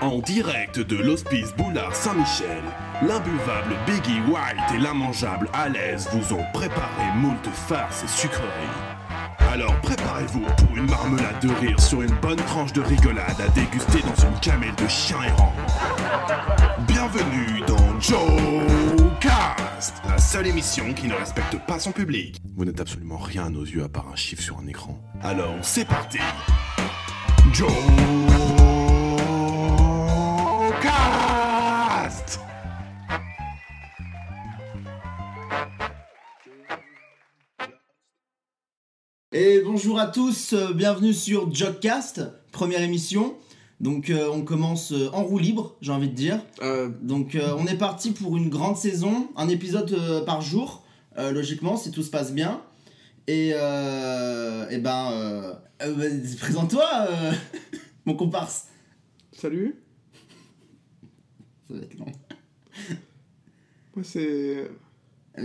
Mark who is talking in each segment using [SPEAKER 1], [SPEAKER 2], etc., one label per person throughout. [SPEAKER 1] En direct de l'hospice Boulard Saint-Michel, l'imbuvable Biggie White et l'immangeable Alaise vous ont préparé moult farces et sucreries. Alors préparez-vous pour une marmelade de rire sur une bonne tranche de rigolade à déguster dans une camelle de chien errant. Bienvenue dans Joecast, la seule émission qui ne respecte pas son public. Vous n'êtes absolument rien à nos yeux à part un chiffre sur un écran. Alors c'est parti Joecast
[SPEAKER 2] Et bonjour à tous, euh, bienvenue sur Jogcast, première émission. Donc euh, on commence euh, en roue libre, j'ai envie de dire.
[SPEAKER 3] Euh,
[SPEAKER 2] Donc euh, on est parti pour une grande saison, un épisode euh, par jour, euh, logiquement, si tout se passe bien. Et, euh, eh ben, euh, euh, bah, présente-toi, euh, mon comparse.
[SPEAKER 3] salut,
[SPEAKER 2] Ça va être long.
[SPEAKER 3] moi c'est.
[SPEAKER 2] Mais, mais-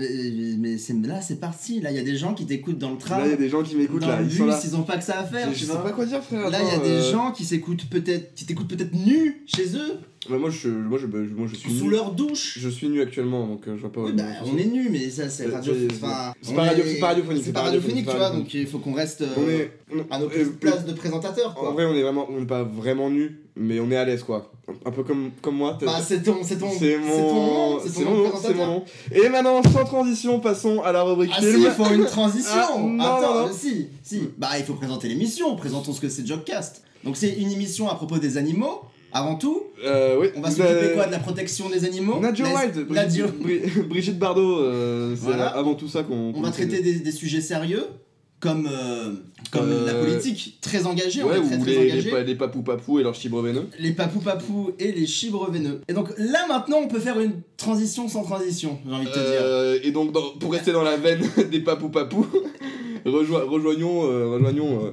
[SPEAKER 2] Euh, mais c'est- là c'est parti, là il y a des gens qui t'écoutent dans le train,
[SPEAKER 3] Là, il y a des gens qui m'écoutent
[SPEAKER 2] dans
[SPEAKER 3] là,
[SPEAKER 2] le
[SPEAKER 3] ils sont là.
[SPEAKER 2] bus, ils ont pas que ça à faire.
[SPEAKER 3] Je
[SPEAKER 2] tu
[SPEAKER 3] sais
[SPEAKER 2] vois.
[SPEAKER 3] pas quoi dire, frère.
[SPEAKER 2] Là il y a
[SPEAKER 3] attends,
[SPEAKER 2] des
[SPEAKER 3] euh,
[SPEAKER 2] gens qui s'écoutent peut-être, qui t'écoutent peut-être nus chez eux,
[SPEAKER 3] bah, moi, je, moi, je, bah, je- moi, je suis.
[SPEAKER 2] sous
[SPEAKER 3] nu.
[SPEAKER 2] leur douche.
[SPEAKER 3] Je suis nu actuellement, donc euh, je vois pas.
[SPEAKER 2] Oui,
[SPEAKER 3] euh,
[SPEAKER 2] bah,
[SPEAKER 3] je-
[SPEAKER 2] on est nus, mais ça c'est
[SPEAKER 3] C'est-
[SPEAKER 2] radio.
[SPEAKER 3] c'est-
[SPEAKER 2] enfin,
[SPEAKER 3] c'est
[SPEAKER 2] on
[SPEAKER 3] pas radio-
[SPEAKER 2] est-
[SPEAKER 3] c'est pas radiophonique,
[SPEAKER 2] C'est
[SPEAKER 3] c'est
[SPEAKER 2] pas
[SPEAKER 3] pas
[SPEAKER 2] radiophonique,
[SPEAKER 3] radiophonique,
[SPEAKER 2] tu
[SPEAKER 3] c'est
[SPEAKER 2] vois,
[SPEAKER 3] pas
[SPEAKER 2] donc il faut qu'on reste euh,
[SPEAKER 3] On est. on-
[SPEAKER 2] à notre
[SPEAKER 3] euh,
[SPEAKER 2] place de présentateur.
[SPEAKER 3] En
[SPEAKER 2] Quoi.
[SPEAKER 3] vrai, on est vraiment. On n'est pas vraiment nu, mais on est à l'aise quoi. Un peu comme, comme moi. t'as-
[SPEAKER 2] Bah, c'est ton, c'est ton,
[SPEAKER 3] c'est mon.
[SPEAKER 2] c'est ton nom, c'est ton
[SPEAKER 3] C'est
[SPEAKER 2] nom
[SPEAKER 3] mon
[SPEAKER 2] de
[SPEAKER 3] nom, c'est
[SPEAKER 2] présentateur.
[SPEAKER 3] mon nom. Et maintenant, sans transition, passons à la rubrique
[SPEAKER 2] Ah si,
[SPEAKER 3] film.
[SPEAKER 2] il faut une transition.
[SPEAKER 3] Ah, non,
[SPEAKER 2] Attends,
[SPEAKER 3] non, non.
[SPEAKER 2] mais si, si. Bah, il faut présenter l'émission. Présentons ce que c'est Jobcast. Donc c'est une émission à propos des animaux. Avant tout,
[SPEAKER 3] Euh, oui.
[SPEAKER 2] on va
[SPEAKER 3] vous
[SPEAKER 2] s'occuper
[SPEAKER 3] avez-
[SPEAKER 2] quoi de la protection des animaux
[SPEAKER 3] Nadja
[SPEAKER 2] La-
[SPEAKER 3] Wild, Brigitte,
[SPEAKER 2] Nadja-
[SPEAKER 3] Bri- Brigitte Bardot, euh, c'est
[SPEAKER 2] Voilà.
[SPEAKER 3] avant tout ça qu'on.
[SPEAKER 2] On va traiter des, des sujets sérieux, comme euh, comme
[SPEAKER 3] Euh,
[SPEAKER 2] la politique très engagée.
[SPEAKER 3] Ouais,
[SPEAKER 2] on est très
[SPEAKER 3] ou
[SPEAKER 2] très
[SPEAKER 3] les,
[SPEAKER 2] engagé.
[SPEAKER 3] les, pa- les papou papou et leurs chibres véneux.
[SPEAKER 2] les papou papou et les chibres veineux. Et donc là maintenant on peut faire une transition sans transition, j'ai envie de te dire.
[SPEAKER 3] Euh, et donc, dans- pour rester dans la veine des papou papou, rejo- rejoignons, euh, rejoignons euh,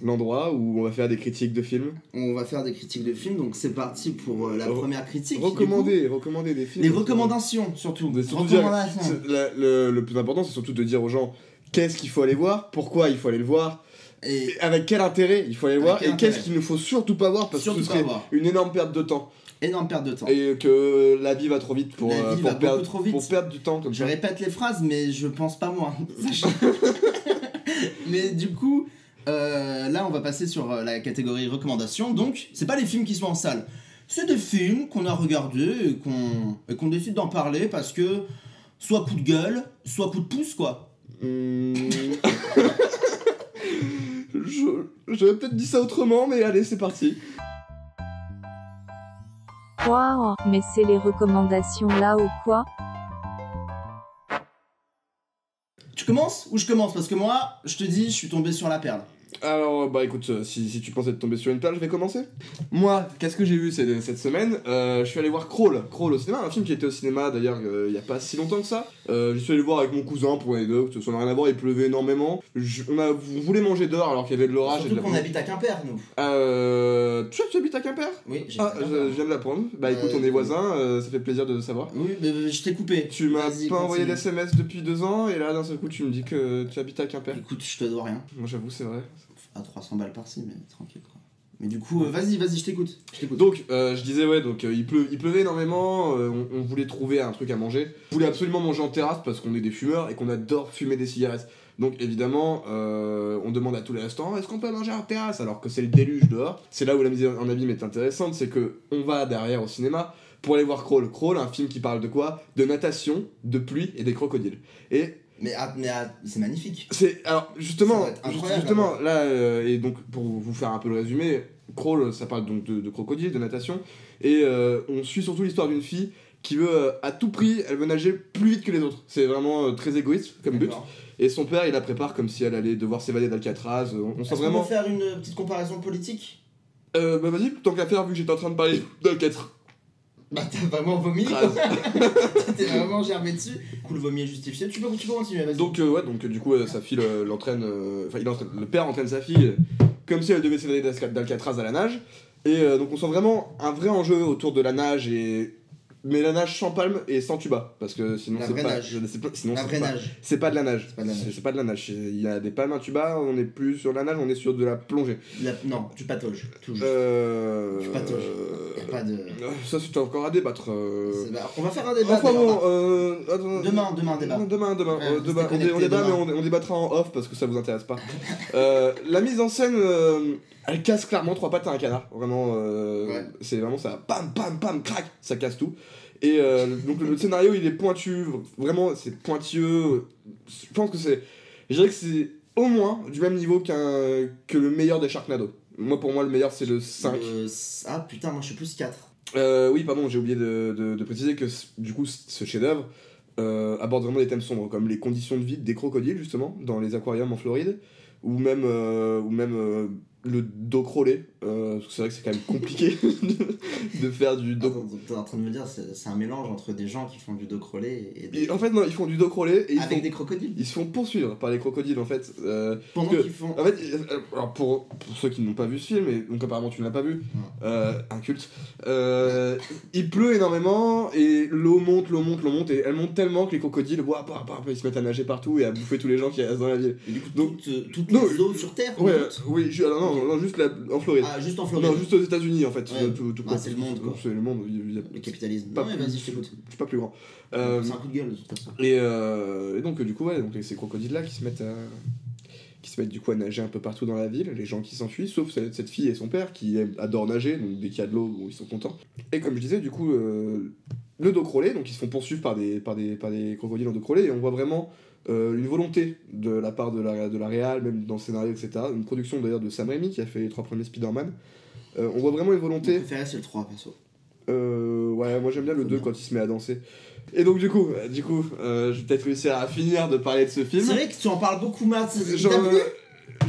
[SPEAKER 3] l'endroit où on va faire des critiques de films.
[SPEAKER 2] On va faire des critiques de films, donc c'est parti pour euh, la
[SPEAKER 3] Re-
[SPEAKER 2] première critique. du
[SPEAKER 3] Recommander, recommander des
[SPEAKER 2] coup.
[SPEAKER 3] films.
[SPEAKER 2] Les
[SPEAKER 3] Parce que-
[SPEAKER 2] recommandations surtout.
[SPEAKER 3] Mais surtout dire-
[SPEAKER 2] recommandations.
[SPEAKER 3] c'est- la- le, le plus important, c'est surtout de dire aux gens qu'est-ce qu'il faut aller voir, pourquoi il faut aller le voir,
[SPEAKER 2] Et
[SPEAKER 3] et avec quel intérêt il faut aller le voir,
[SPEAKER 2] quel
[SPEAKER 3] et qu'est-ce
[SPEAKER 2] intérêt.
[SPEAKER 3] qu'il ne faut surtout pas voir parce
[SPEAKER 2] surtout
[SPEAKER 3] que ce
[SPEAKER 2] pas
[SPEAKER 3] serait
[SPEAKER 2] avoir.
[SPEAKER 3] une énorme perte de temps.
[SPEAKER 2] Énorme perte de temps.
[SPEAKER 3] Et que la vie va trop vite pour,
[SPEAKER 2] La
[SPEAKER 3] euh,
[SPEAKER 2] vie va
[SPEAKER 3] pour
[SPEAKER 2] beaucoup
[SPEAKER 3] perdre,
[SPEAKER 2] trop vite.
[SPEAKER 3] pour perdre du temps comme
[SPEAKER 2] Je
[SPEAKER 3] ça.
[SPEAKER 2] répète les phrases, mais je pense pas moi. Sache. mais du coup, euh, là, on va passer sur euh, la catégorie recommandations. Donc, c'est pas les films qui sont en salle. C'est des films qu'on a regardés et qu'on et qu'on décide d'en parler parce que soit coup de gueule, soit coup de pouce, quoi.
[SPEAKER 3] Hmm. Je- J'aurais peut-être dit ça autrement, mais allez, c'est parti.
[SPEAKER 4] Waouh, mais c'est les recommandations là ou quoi
[SPEAKER 2] Tu commences ou je commence Parce que moi, je te dis, je suis tombé sur la perle.
[SPEAKER 3] Alors, bah écoute, euh, si, si tu pensais te tomber sur une perle, je vais commencer. Moi, qu'est-ce que j'ai vu cette, cette semaine Euh, Je suis allé voir Crawl, Crawl au cinéma, un film qui était au cinéma d'ailleurs euh, il y a pas si longtemps que ça. Euh, je suis allé le voir avec mon cousin pour les deux, ça n'a rien à voir, il pleuvait énormément. Je- on, a, on voulait manger dehors alors qu'il y avait de l'orage et de
[SPEAKER 2] Surtout
[SPEAKER 3] la
[SPEAKER 2] qu'on habite à Quimper, nous.
[SPEAKER 3] Euh. Tu sais que tu habites à Quimper
[SPEAKER 2] Oui, j'ai
[SPEAKER 3] Ah,
[SPEAKER 2] fait
[SPEAKER 3] je,
[SPEAKER 2] Quimper.
[SPEAKER 3] je viens de l'apprendre. Bah écoute,
[SPEAKER 2] Euh,
[SPEAKER 3] on est voisins, euh, ça fait plaisir de le savoir.
[SPEAKER 2] Oui, mais mais je t'ai coupé.
[SPEAKER 3] Tu m'as
[SPEAKER 2] Vas-y,
[SPEAKER 3] pas envoyé
[SPEAKER 2] continue.
[SPEAKER 3] d'SMS depuis deux ans et là d'un seul coup tu me dis que tu habites à Quimper.
[SPEAKER 2] Écoute, je te dois rien.
[SPEAKER 3] Moi j'avoue, c'est vrai.
[SPEAKER 2] À 300 balles par-ci, mais tranquille, quoi. Mais du coup, euh, vas-y, vas-y, je t'écoute. Je t'écoute.
[SPEAKER 3] Donc, euh, je disais, ouais, donc euh, il, pleu- il pleuvait énormément, euh, on, on voulait trouver un truc à manger. On voulait absolument manger en terrasse parce qu'on est des fumeurs et qu'on adore fumer des cigarettes. Donc, évidemment, euh, on demande à tous les restaurants est-ce qu'on peut manger en terrasse alors que c'est le déluge dehors. C'est là où la mise en abîme est intéressante c'est que on va derrière au cinéma pour aller voir Crawl. Crawl, un film qui parle de quoi De natation, de pluie et des crocodiles. Et
[SPEAKER 2] Mais, ah, mais ah, c'est magnifique.
[SPEAKER 3] C'est alors
[SPEAKER 2] Ça
[SPEAKER 3] justement,
[SPEAKER 2] va être
[SPEAKER 3] ju-
[SPEAKER 2] incroyable, hein.
[SPEAKER 3] justement là euh, et donc pour vous faire un peu le résumé, Crawl ça parle donc de, de crocodile, de natation et euh, on suit surtout l'histoire d'une fille qui veut euh, à tout prix, elle veut nager plus vite que les autres. C'est vraiment euh, très égoïste comme but.
[SPEAKER 2] D'accord.
[SPEAKER 3] Et son père il la prépare comme si elle allait devoir s'évader d'Alcatraz. Euh, On, on
[SPEAKER 2] Est-ce
[SPEAKER 3] sent
[SPEAKER 2] qu'on
[SPEAKER 3] vraiment.
[SPEAKER 2] peut faire une petite comparaison politique
[SPEAKER 3] Euh, bah vas-y tant qu'à faire vu que j'étais en train de parler d'Alcatraz.
[SPEAKER 2] Bah, t'as vraiment vomi. T'es vraiment germé dessus. Du coup, le vomi est justifié. Tu peux, tu peux continuer, vas-y.
[SPEAKER 3] Donc euh, ouais donc euh, du coup euh, sa fille euh, l'entraîne, euh, enfin il entraîne- le père entraîne sa fille euh, comme si elle devait s'évader d'Asca- d'Alcatraz à la nage. Et euh, donc on sent vraiment un vrai enjeu autour de la nage et mais la nage sans palme et sans tuba parce que sinon
[SPEAKER 2] La
[SPEAKER 3] c'est
[SPEAKER 2] vraie
[SPEAKER 3] pas,
[SPEAKER 2] nage.
[SPEAKER 3] je ne sais pas- sinon
[SPEAKER 2] la
[SPEAKER 3] c'est
[SPEAKER 2] vraie
[SPEAKER 3] pas-
[SPEAKER 2] nage.
[SPEAKER 3] c'est pas de la nage.
[SPEAKER 2] C'est pas de la nage.
[SPEAKER 3] C'est- C'est pas de la nage. C'est- Il y a des palmes, un tuba. On n'est plus sur la nage, on est sur de la plongée.
[SPEAKER 2] La- Non, tu patauges. Tout juste.
[SPEAKER 3] Euh...
[SPEAKER 2] Tu patauges.
[SPEAKER 3] euh,
[SPEAKER 2] pas de.
[SPEAKER 3] Ça, c'est encore à débattre. euh.
[SPEAKER 2] C'est- bah, on va faire un débat.
[SPEAKER 3] Enfin
[SPEAKER 2] d'ailleurs.
[SPEAKER 3] bon, euh, attends.
[SPEAKER 2] Demain, demain, débat.
[SPEAKER 3] Demain, demain.
[SPEAKER 2] Ouais,
[SPEAKER 3] euh,
[SPEAKER 2] restez
[SPEAKER 3] demain. On, dé- on
[SPEAKER 2] connectés,
[SPEAKER 3] débat, mais
[SPEAKER 2] demain.
[SPEAKER 3] on, on débattra en off parce que ça vous intéresse pas. Euh, la mise en scène, euh, elle casse clairement trois pattes à un canard. Vraiment, euh,
[SPEAKER 2] Ouais.
[SPEAKER 3] c'est vraiment ça. Bam, bam, bam, crac, ça casse tout. Et euh, donc le scénario, il est pointu. Vraiment, c'est pointilleux. Je pense que c'est. Je dirais que c'est au moins du même niveau qu'un que le meilleur des Sharknado. Moi, pour moi, le meilleur, c'est le 5.
[SPEAKER 2] Le- Ah putain, moi je suis plus 4.
[SPEAKER 3] Euh, oui, pardon, j'ai oublié de, de- de préciser que c- du coup, c- ce chef-d'œuvre euh, aborde vraiment des thèmes sombres, comme les conditions de vie des crocodiles, justement, dans les aquariums en Floride, ou même, euh, ou même euh, le dos crawlé. euh, parce que c'est vrai que c'est quand même compliqué de, de faire du dos.
[SPEAKER 2] Donc, t'es en train de me dire, c'est c'est un mélange entre des gens qui font du dos crawlé et des.
[SPEAKER 3] Et en fait, non, ils font du dos crawlé et ils,
[SPEAKER 2] avec
[SPEAKER 3] font-
[SPEAKER 2] des crocodiles.
[SPEAKER 3] ils se font poursuivre par les crocodiles, en fait. euh,
[SPEAKER 2] Pendant
[SPEAKER 3] que-
[SPEAKER 2] qu'ils font.
[SPEAKER 3] En fait, euh, alors pour, pour ceux qui n'ont pas vu ce film, et donc apparemment tu ne l'as pas vu, euh, un culte, euh, il pleut énormément et l'eau monte, l'eau monte, l'eau monte, et elle monte tellement que les crocodiles, ouah, bah, bah, bah, ils se mettent à nager partout et à bouffer tous les gens qui restent dans la ville.
[SPEAKER 2] Et du coup,
[SPEAKER 3] donc-
[SPEAKER 2] toutes, euh, toutes
[SPEAKER 3] Non,
[SPEAKER 2] les eaux sur Terre
[SPEAKER 3] Ouais, euh,
[SPEAKER 2] montent.
[SPEAKER 3] oui, ju- alors non, non, juste la- en Floride.
[SPEAKER 2] Ah, juste en Floride.
[SPEAKER 3] non, juste aux États-Unis en fait.
[SPEAKER 2] Ouais.
[SPEAKER 3] tout- tout
[SPEAKER 2] Ah,
[SPEAKER 3] court.
[SPEAKER 2] c'est le monde, quoi.
[SPEAKER 3] C'est le monde, il y a-
[SPEAKER 2] Le capitalisme.
[SPEAKER 3] pas
[SPEAKER 2] non, mais
[SPEAKER 3] plus-
[SPEAKER 2] vas-y, je t'écoute.
[SPEAKER 3] c'est pas plus grand. Euh,
[SPEAKER 2] C'est un coup de gueule, de toute façon.
[SPEAKER 3] Et, euh, et donc, euh, du coup, ouais, donc, ces crocodiles-là qui se mettent à qui se mettent du coup à nager un peu partout dans la ville, les gens qui s'enfuient, sauf cette, cette fille et son père qui aiment- adorent nager, donc dès qu'il y a de l'eau, bon, ils sont contents. Et comme je disais, du coup, euh, le dos crawlé, donc ils se font poursuivre par des, par des, par des crocodiles en dos crawlé, et on voit vraiment euh, une volonté de la part de la, de la Real, même dans le scénario, etc. Une production d'ailleurs de Sam Raimi qui a fait les trois premiers Spider-Man. Euh, on voit vraiment une
[SPEAKER 2] Mon
[SPEAKER 3] volonté
[SPEAKER 2] préféré, c'est le 3, perso.
[SPEAKER 3] euh, ouais, moi j'aime bien le 2 quand il se met à danser. Et donc du coup, euh, du coup, euh, je vais peut-être réussir à finir de parler de ce
[SPEAKER 2] C'est
[SPEAKER 3] film.
[SPEAKER 2] vrai que tu en parles beaucoup, Matt. c'est-
[SPEAKER 3] Genre,
[SPEAKER 2] t'as plu
[SPEAKER 3] euh,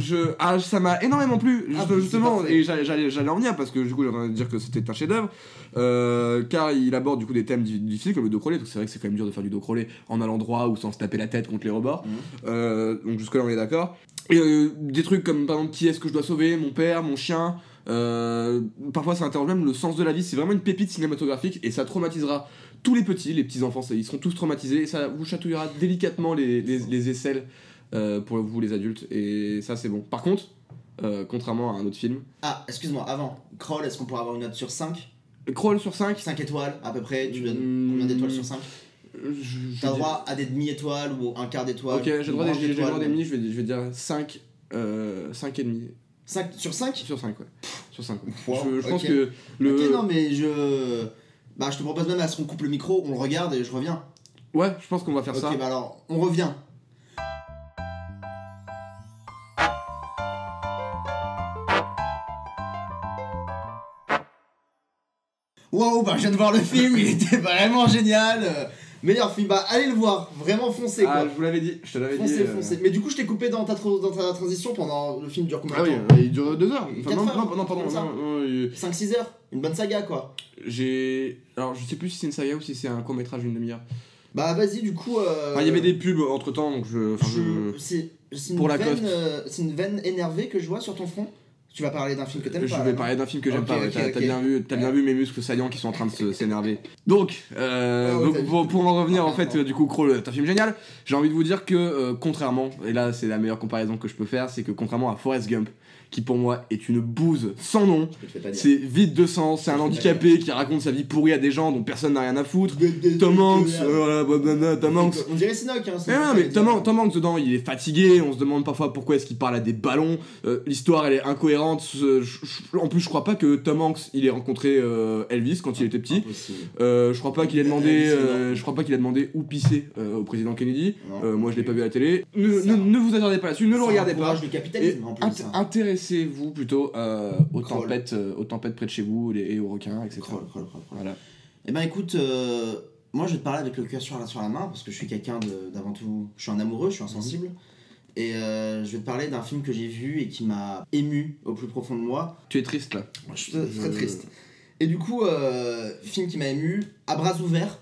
[SPEAKER 3] je, ah, ça m'a énormément plu,
[SPEAKER 2] Ah,
[SPEAKER 3] juste-
[SPEAKER 2] c'est
[SPEAKER 3] justement,
[SPEAKER 2] parfait.
[SPEAKER 3] et j'allais- j'allais j'allais en venir parce que du coup, j'allais dire que c'était un chef-d'œuvre, euh, car il aborde du coup des thèmes di- difficiles comme le dos crawlé, donc c'est vrai que c'est quand même dur de faire du dos crawlé en allant droit ou sans se taper la tête contre les rebords,
[SPEAKER 2] Mhm.
[SPEAKER 3] Euh, donc jusque-là on est d'accord. Et euh, des trucs comme par exemple qui est-ce que je dois sauver, mon père, mon chien, euh, parfois ça interroge même le sens de la vie, c'est vraiment une pépite cinématographique et ça traumatisera tous les petits, les petits enfants, ça- ils seront tous traumatisés et ça vous chatouillera délicatement les, les, les aisselles euh, pour vous les adultes et ça c'est bon. Par contre, euh, contrairement à un autre film,
[SPEAKER 2] Ah, excuse-moi, avant. Crawl, est-ce qu'on pourrait avoir une note sur 5
[SPEAKER 3] Crawl sur 5,
[SPEAKER 2] 5 étoiles, à peu près. Tu donnes
[SPEAKER 3] Hmm.
[SPEAKER 2] combien d'étoiles sur 5
[SPEAKER 3] je- euh, je
[SPEAKER 2] T'as
[SPEAKER 3] dis-
[SPEAKER 2] droit à des demi-étoiles ou un quart d'étoile.
[SPEAKER 3] Ok, j'ai le droit des- j'ai le droit des
[SPEAKER 2] demi
[SPEAKER 3] demi, je vais, je vais dire 5, euh, 5 et demi.
[SPEAKER 2] 5 sur 5
[SPEAKER 3] Sur 5, ouais. Sur 5.
[SPEAKER 2] Wow,
[SPEAKER 3] je je pense
[SPEAKER 2] ok.
[SPEAKER 3] que le.
[SPEAKER 2] Ok, non, mais je. Bah, je te propose même à ce qu'on coupe le micro, on le regarde et je reviens.
[SPEAKER 3] Ouais, je pense qu'on va faire
[SPEAKER 2] Ok,
[SPEAKER 3] ça.
[SPEAKER 2] bah alors, on revient. Waouh, bah je viens de voir le film, il était vraiment génial. euh, Meilleur film, bah allez le voir, vraiment foncez quoi.
[SPEAKER 3] ah, je vous l'avais dit, je te l'avais dit.
[SPEAKER 2] foncez,
[SPEAKER 3] euh,
[SPEAKER 2] foncez. Mais du coup, je t'ai coupé dans ta, tra- dans ta transition pendant le film dure combien
[SPEAKER 3] Ah
[SPEAKER 2] de
[SPEAKER 3] oui,
[SPEAKER 2] temps
[SPEAKER 3] euh, il dure 2 heures. Enfin,
[SPEAKER 2] Quatre
[SPEAKER 3] non,
[SPEAKER 2] heures,
[SPEAKER 3] non, non, pardon.
[SPEAKER 2] comme ça.
[SPEAKER 3] non, non, euh,
[SPEAKER 2] 5-6 heures Une bonne saga quoi.
[SPEAKER 3] J'ai. Alors, je sais plus si c'est une saga ou si c'est un court-métrage d'une demi-heure.
[SPEAKER 2] Bah vas-y, du coup. euh,
[SPEAKER 3] Enfin, Ah, il y avait des pubs entre temps, donc je. enfin,
[SPEAKER 2] Je-
[SPEAKER 3] je-
[SPEAKER 2] C'est c'est une,
[SPEAKER 3] Pour la
[SPEAKER 2] veine,
[SPEAKER 3] coste.
[SPEAKER 2] euh, c'est une veine énervée que je vois sur ton front. Tu vas parler d'un film que
[SPEAKER 3] Je
[SPEAKER 2] t'aimes pas.
[SPEAKER 3] vais
[SPEAKER 2] là,
[SPEAKER 3] parler d'un film que j'aime
[SPEAKER 2] Ok,
[SPEAKER 3] pas, ouais,
[SPEAKER 2] ok,
[SPEAKER 3] t'as t'as
[SPEAKER 2] ok.
[SPEAKER 3] bien, vu- t'as bien vu mes muscles saillants qui sont en train de se- s'énerver. Donc, euh,
[SPEAKER 2] Ah ouais,
[SPEAKER 3] donc,
[SPEAKER 2] t'as vu.
[SPEAKER 3] pour, pour en revenir en fait,
[SPEAKER 2] Ah,
[SPEAKER 3] euh, du coup, Crawl, c'est un film génial, j'ai envie de vous dire que, euh, contrairement, et là c'est la meilleure comparaison que je peux faire, c'est que contrairement à Forrest Gump, qui pour moi est une bouse sans nom,
[SPEAKER 2] non Je te fais pas dire.
[SPEAKER 3] c'est vide de sens, c'est un handicapé qui raconte sa vie pourrie à des gens dont personne n'a rien à foutre. Tom Hanks, euh, voilà, blablabla, Tom Hanks,
[SPEAKER 2] On dirait Sinoc, hein. c'est-
[SPEAKER 3] eh non, mais Tom, Han- Tom Hanks dedans, il est fatigué, on se demande parfois pourquoi est-ce qu'il parle à des ballons, euh, l'histoire elle est incohérente, euh, je- je- en plus je crois pas que Tom Hanks il ait rencontré euh, Elvis quand il était petit,
[SPEAKER 2] Impossible.
[SPEAKER 3] Euh, je crois pas qu'il ait demandé,
[SPEAKER 2] Elvis,
[SPEAKER 3] euh,
[SPEAKER 2] non.
[SPEAKER 3] je crois pas qu'il a demandé où pisser euh, au président Kennedy,
[SPEAKER 2] Non.
[SPEAKER 3] Euh, moi je l'ai pas vu à la télé, ne,
[SPEAKER 2] Ça.
[SPEAKER 3] ne- ne vous attardez pas là-dessus, ne le
[SPEAKER 2] Ça
[SPEAKER 3] regardez pas,
[SPEAKER 2] encourage le
[SPEAKER 3] et
[SPEAKER 2] capitalisme en plus.
[SPEAKER 3] int-
[SPEAKER 2] hein.
[SPEAKER 3] intéressez-vous plutôt euh, aux,
[SPEAKER 2] Crawl.
[SPEAKER 3] tempêtes, euh, aux tempêtes près de chez vous les- et aux requins, etc.
[SPEAKER 2] Crawl, crawl, crawl, crawl.
[SPEAKER 3] Voilà.
[SPEAKER 2] Eh ben écoute, euh, moi je vais te parler avec le cœur sur la, sur la main parce que je suis quelqu'un de- d'avant tout. Je suis un amoureux, je suis insensible.
[SPEAKER 3] Mhm.
[SPEAKER 2] Et euh, je vais te parler d'un film que j'ai vu et qui m'a ému au plus profond de moi.
[SPEAKER 3] Tu es triste là
[SPEAKER 2] Moi, je suis très, très
[SPEAKER 3] Je-
[SPEAKER 2] triste. Et du coup, euh, film qui m'a ému, à bras ouverts.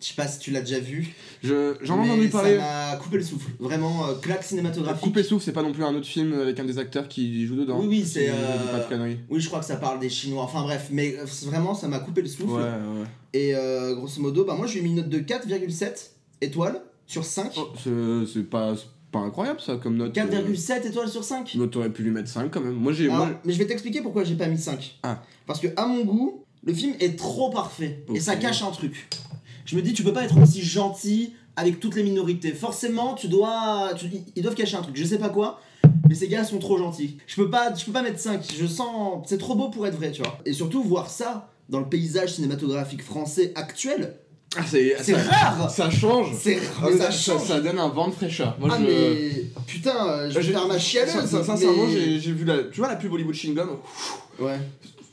[SPEAKER 2] Je sais pas si tu l'as déjà vu.
[SPEAKER 3] Je- J'en ai
[SPEAKER 2] mais
[SPEAKER 3] entendu
[SPEAKER 2] Ça
[SPEAKER 3] parler.
[SPEAKER 2] m'a coupé le souffle. Vraiment, euh, claque cinématographique.
[SPEAKER 3] Coupé souffle, c'est pas non plus un autre film avec un des acteurs qui joue dedans.
[SPEAKER 2] Oui, oui, c'est,
[SPEAKER 3] Si je dis
[SPEAKER 2] euh,
[SPEAKER 3] Pas de conneries.
[SPEAKER 2] Oui, je crois que ça parle des Chinois. Enfin bref, mais euh, vraiment, ça m'a coupé le souffle.
[SPEAKER 3] Ouais, ouais.
[SPEAKER 2] Et euh, grosso modo, bah, moi, je lui ai mis une note de 4,7 étoiles sur 5.
[SPEAKER 3] Oh, c'est- c'est pas, c'est pas incroyable ça comme note.
[SPEAKER 2] 4,7 étoiles sur 5
[SPEAKER 3] euh, Moi, t'aurais pu lui mettre 5 quand même. Moi, j'ai.
[SPEAKER 2] Alors,
[SPEAKER 3] moi-
[SPEAKER 2] mais je vais t'expliquer pourquoi j'ai pas mis 5.
[SPEAKER 3] Ah.
[SPEAKER 2] Parce que à mon goût, Le film est trop parfait et ça
[SPEAKER 3] Ok.
[SPEAKER 2] cache un truc. Je me dis, tu peux pas être aussi gentil avec toutes les minorités. Forcément, tu dois, tu- ils doivent cacher un truc. Je sais pas quoi, mais ces gars sont trop gentils. Je peux pas, je peux pas mettre 5. Je sens, c'est trop beau pour être vrai, tu vois. Et surtout voir ça dans le paysage cinématographique français actuel,
[SPEAKER 3] Ah, c'est.
[SPEAKER 2] c'est
[SPEAKER 3] ça-
[SPEAKER 2] rare.
[SPEAKER 3] Ça change
[SPEAKER 2] C'est
[SPEAKER 3] Ah,
[SPEAKER 2] rare, mais
[SPEAKER 3] mais
[SPEAKER 2] ça
[SPEAKER 3] ça,
[SPEAKER 2] change.
[SPEAKER 3] ça donne un vent de fraîcheur. Moi,
[SPEAKER 2] Ah
[SPEAKER 3] je...
[SPEAKER 2] mais putain, euh, je
[SPEAKER 3] Bah,
[SPEAKER 2] vais
[SPEAKER 3] j'ai-
[SPEAKER 2] faire ma
[SPEAKER 3] Sin-
[SPEAKER 2] chialeuse.
[SPEAKER 3] sin- Sincèrement,
[SPEAKER 2] mais-
[SPEAKER 3] j'ai- j'ai vu la. Tu vois la pub Hollywood Shingon
[SPEAKER 2] ouais.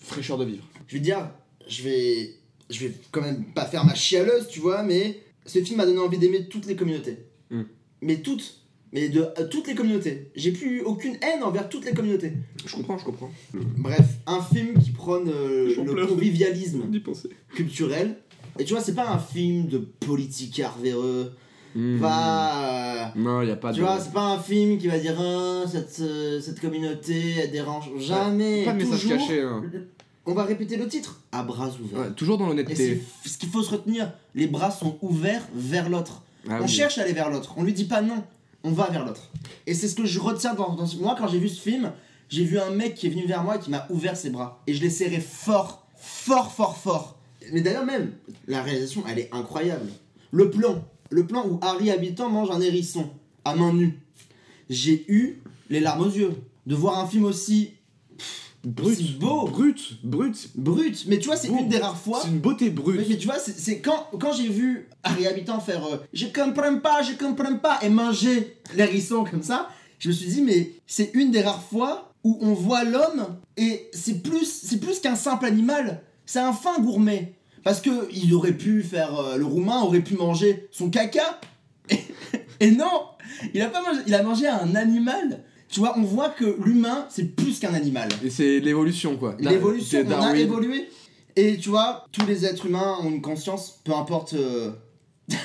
[SPEAKER 3] Fraîcheur de vivre.
[SPEAKER 2] je vais te dire, je vais, je vais quand même pas faire ma chialeuse, tu vois, mais ce film m'a donné envie d'aimer toutes les communautés.
[SPEAKER 3] Mm.
[SPEAKER 2] Mais toutes. Mais de euh, toutes les communautés. J'ai plus eu aucune haine envers toutes les communautés.
[SPEAKER 3] Je comprends, je comprends.
[SPEAKER 2] Bref, un film qui prône euh,
[SPEAKER 3] J'en
[SPEAKER 2] le
[SPEAKER 3] pleure.
[SPEAKER 2] convivialisme
[SPEAKER 3] d'y penser.
[SPEAKER 2] culturel. Et tu vois, c'est pas un film de politique véreux. Pas. euh,
[SPEAKER 3] Hmm. Non, y a pas
[SPEAKER 2] tu
[SPEAKER 3] de.
[SPEAKER 2] vois, c'est pas un film qui va dire Ah, cette, euh, cette communauté elle dérange. Jamais.
[SPEAKER 3] pas de message
[SPEAKER 2] Toujours,
[SPEAKER 3] caché. hein.
[SPEAKER 2] On va répéter le titre. À bras ouverts.
[SPEAKER 3] Ouais, toujours dans
[SPEAKER 2] Et c'est
[SPEAKER 3] l'honnêteté.
[SPEAKER 2] ce qu'il faut se retenir, les bras sont ouverts vers l'autre.
[SPEAKER 3] Ah
[SPEAKER 2] on
[SPEAKER 3] oui.
[SPEAKER 2] cherche à aller vers l'autre, on lui dit pas non, on va vers l'autre. Et c'est ce que je retiens dans, dans ce- Moi, quand j'ai vu ce film, j'ai vu un mec qui est venu vers moi et qui m'a ouvert ses bras. Et je l'ai serré fort, fort, fort, fort. Mais d'ailleurs, même, la réalisation, elle est incroyable. Le plan, le plan où Harry Habitant mange un hérisson à main nue. J'ai eu les larmes aux yeux de voir un film aussi C'est beau.
[SPEAKER 3] Brut, brut. C'est
[SPEAKER 2] brut. Mais tu vois, c'est
[SPEAKER 3] Bon,
[SPEAKER 2] une des rares fois.
[SPEAKER 3] c'est une beauté
[SPEAKER 2] Mais,
[SPEAKER 3] brute.
[SPEAKER 2] mais tu vois, c'est- c'est quand, quand j'ai vu Harry Habitant faire euh, Je comprends pas, je comprends pas et manger l'hérisson comme ça, je me suis dit, mais c'est une des rares fois où on voit l'homme et c'est plus, c'est plus qu'un simple animal, c'est un fin gourmet. Parce que il aurait pu faire. euh, le roumain aurait pu manger son caca. Et, et non Il a pas mangé, il a mangé un animal. Tu vois, on voit que l'humain, c'est plus qu'un animal.
[SPEAKER 3] Et c'est l'évolution, quoi. Dar-
[SPEAKER 2] L'évolution,
[SPEAKER 3] c'est
[SPEAKER 2] on a
[SPEAKER 3] Darwin.
[SPEAKER 2] évolué. Et tu vois, tous les êtres humains ont une conscience, peu importe. euh,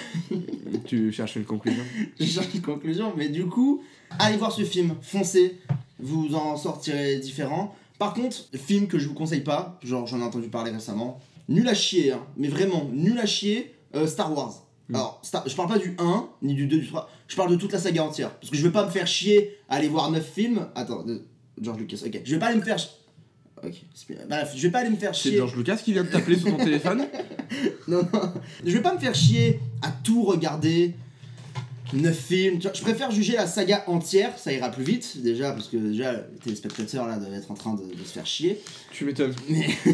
[SPEAKER 3] Tu cherches une conclusion
[SPEAKER 2] je cherche une conclusion, mais du coup, allez voir ce film, foncez, vous en sortirez différent. Par contre, film que je vous conseille pas, genre j'en ai entendu parler récemment, nul à chier, hein, mais vraiment nul à chier, euh, Star Wars.
[SPEAKER 3] Mm.
[SPEAKER 2] Alors, Star- je parle pas du 1, ni du 2, du 3, je parle de toute la saga entière. Parce que je vais pas me faire chier à aller voir 9 films. Attends, de George Lucas, ok. Je vais pas aller me faire. ch- Ok, c'est- bref, je vais pas aller me faire
[SPEAKER 3] C'est
[SPEAKER 2] chier.
[SPEAKER 3] George Lucas qui vient de t'appeler sur ton téléphone
[SPEAKER 2] Non, non. Je vais pas me faire chier à tout regarder. 9 films. tu vois. Je préfère juger la saga entière, ça ira plus vite déjà, parce que déjà les téléspectateurs là doivent être en train de, de se faire chier.
[SPEAKER 3] Tu m'étonnes.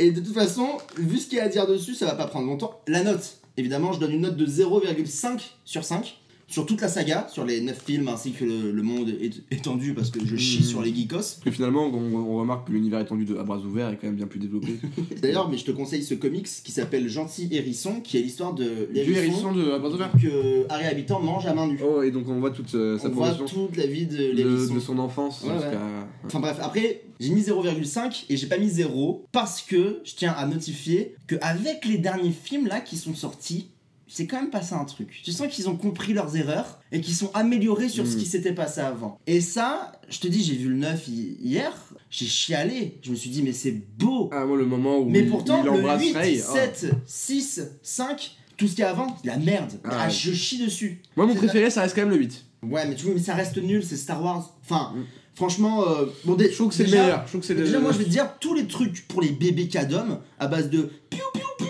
[SPEAKER 2] Et de toute façon, vu ce qu'il y a à dire dessus, ça va pas prendre longtemps. La note, évidemment, je donne une note de 0,5 sur 5 sur toute la saga, sur les 9 films ainsi que le, le monde é- étendu, parce que je chie
[SPEAKER 3] Mhm.
[SPEAKER 2] sur les geekos.
[SPEAKER 3] Parce que finalement, on, on remarque que l'univers étendu de À bras ouverts est quand même bien plus développé.
[SPEAKER 2] D'ailleurs, mais je te conseille ce comics qui s'appelle Gentil Hérisson, qui est l'histoire de
[SPEAKER 3] Du hérisson de À bras ouverts
[SPEAKER 2] que euh, Harry Habitant mange à main nue.
[SPEAKER 3] Oh, et donc on voit toute euh, sa
[SPEAKER 2] on voit
[SPEAKER 3] progression
[SPEAKER 2] toute la vie de
[SPEAKER 3] de,
[SPEAKER 2] l'hérisson.
[SPEAKER 3] de son enfance
[SPEAKER 2] Ouais,
[SPEAKER 3] jusqu'à.
[SPEAKER 2] Enfin bref, après, j'ai mis 0,5 et j'ai pas mis 0 parce que je tiens à notifier que avec les derniers films là qui sont sortis, c'est quand même passé un truc. Tu sens qu'ils ont compris leurs erreurs et qu'ils sont améliorés sur ce
[SPEAKER 3] Mm.
[SPEAKER 2] qui s'était passé avant. Et ça, je te dis, j'ai vu le 9 hi- hier, j'ai chialé. Je me suis dit, mais c'est beau.
[SPEAKER 3] Ah, moi, le moment où
[SPEAKER 2] mais
[SPEAKER 3] il,
[SPEAKER 2] pourtant,
[SPEAKER 3] il embrasse
[SPEAKER 2] le 8,
[SPEAKER 3] Ray, oh.
[SPEAKER 2] 7, 6, 5, tout ce qu'il y a avant, la merde.
[SPEAKER 3] Ah
[SPEAKER 2] Ah,
[SPEAKER 3] ouais.
[SPEAKER 2] je chie dessus.
[SPEAKER 3] oh. Moi, mon préféré, ça reste quand même le 8.
[SPEAKER 2] Ouais, mais tu vois, mais ça reste nul, c'est Star Wars. Enfin,
[SPEAKER 3] Mm.
[SPEAKER 2] franchement, euh, bon, dé-
[SPEAKER 3] Je trouve que c'est le
[SPEAKER 2] déjà-
[SPEAKER 3] meilleur. Je trouve que c'est le.
[SPEAKER 2] Déjà, moi, je vais te dire tous les trucs pour les bébés cadom à base de piou piou piou,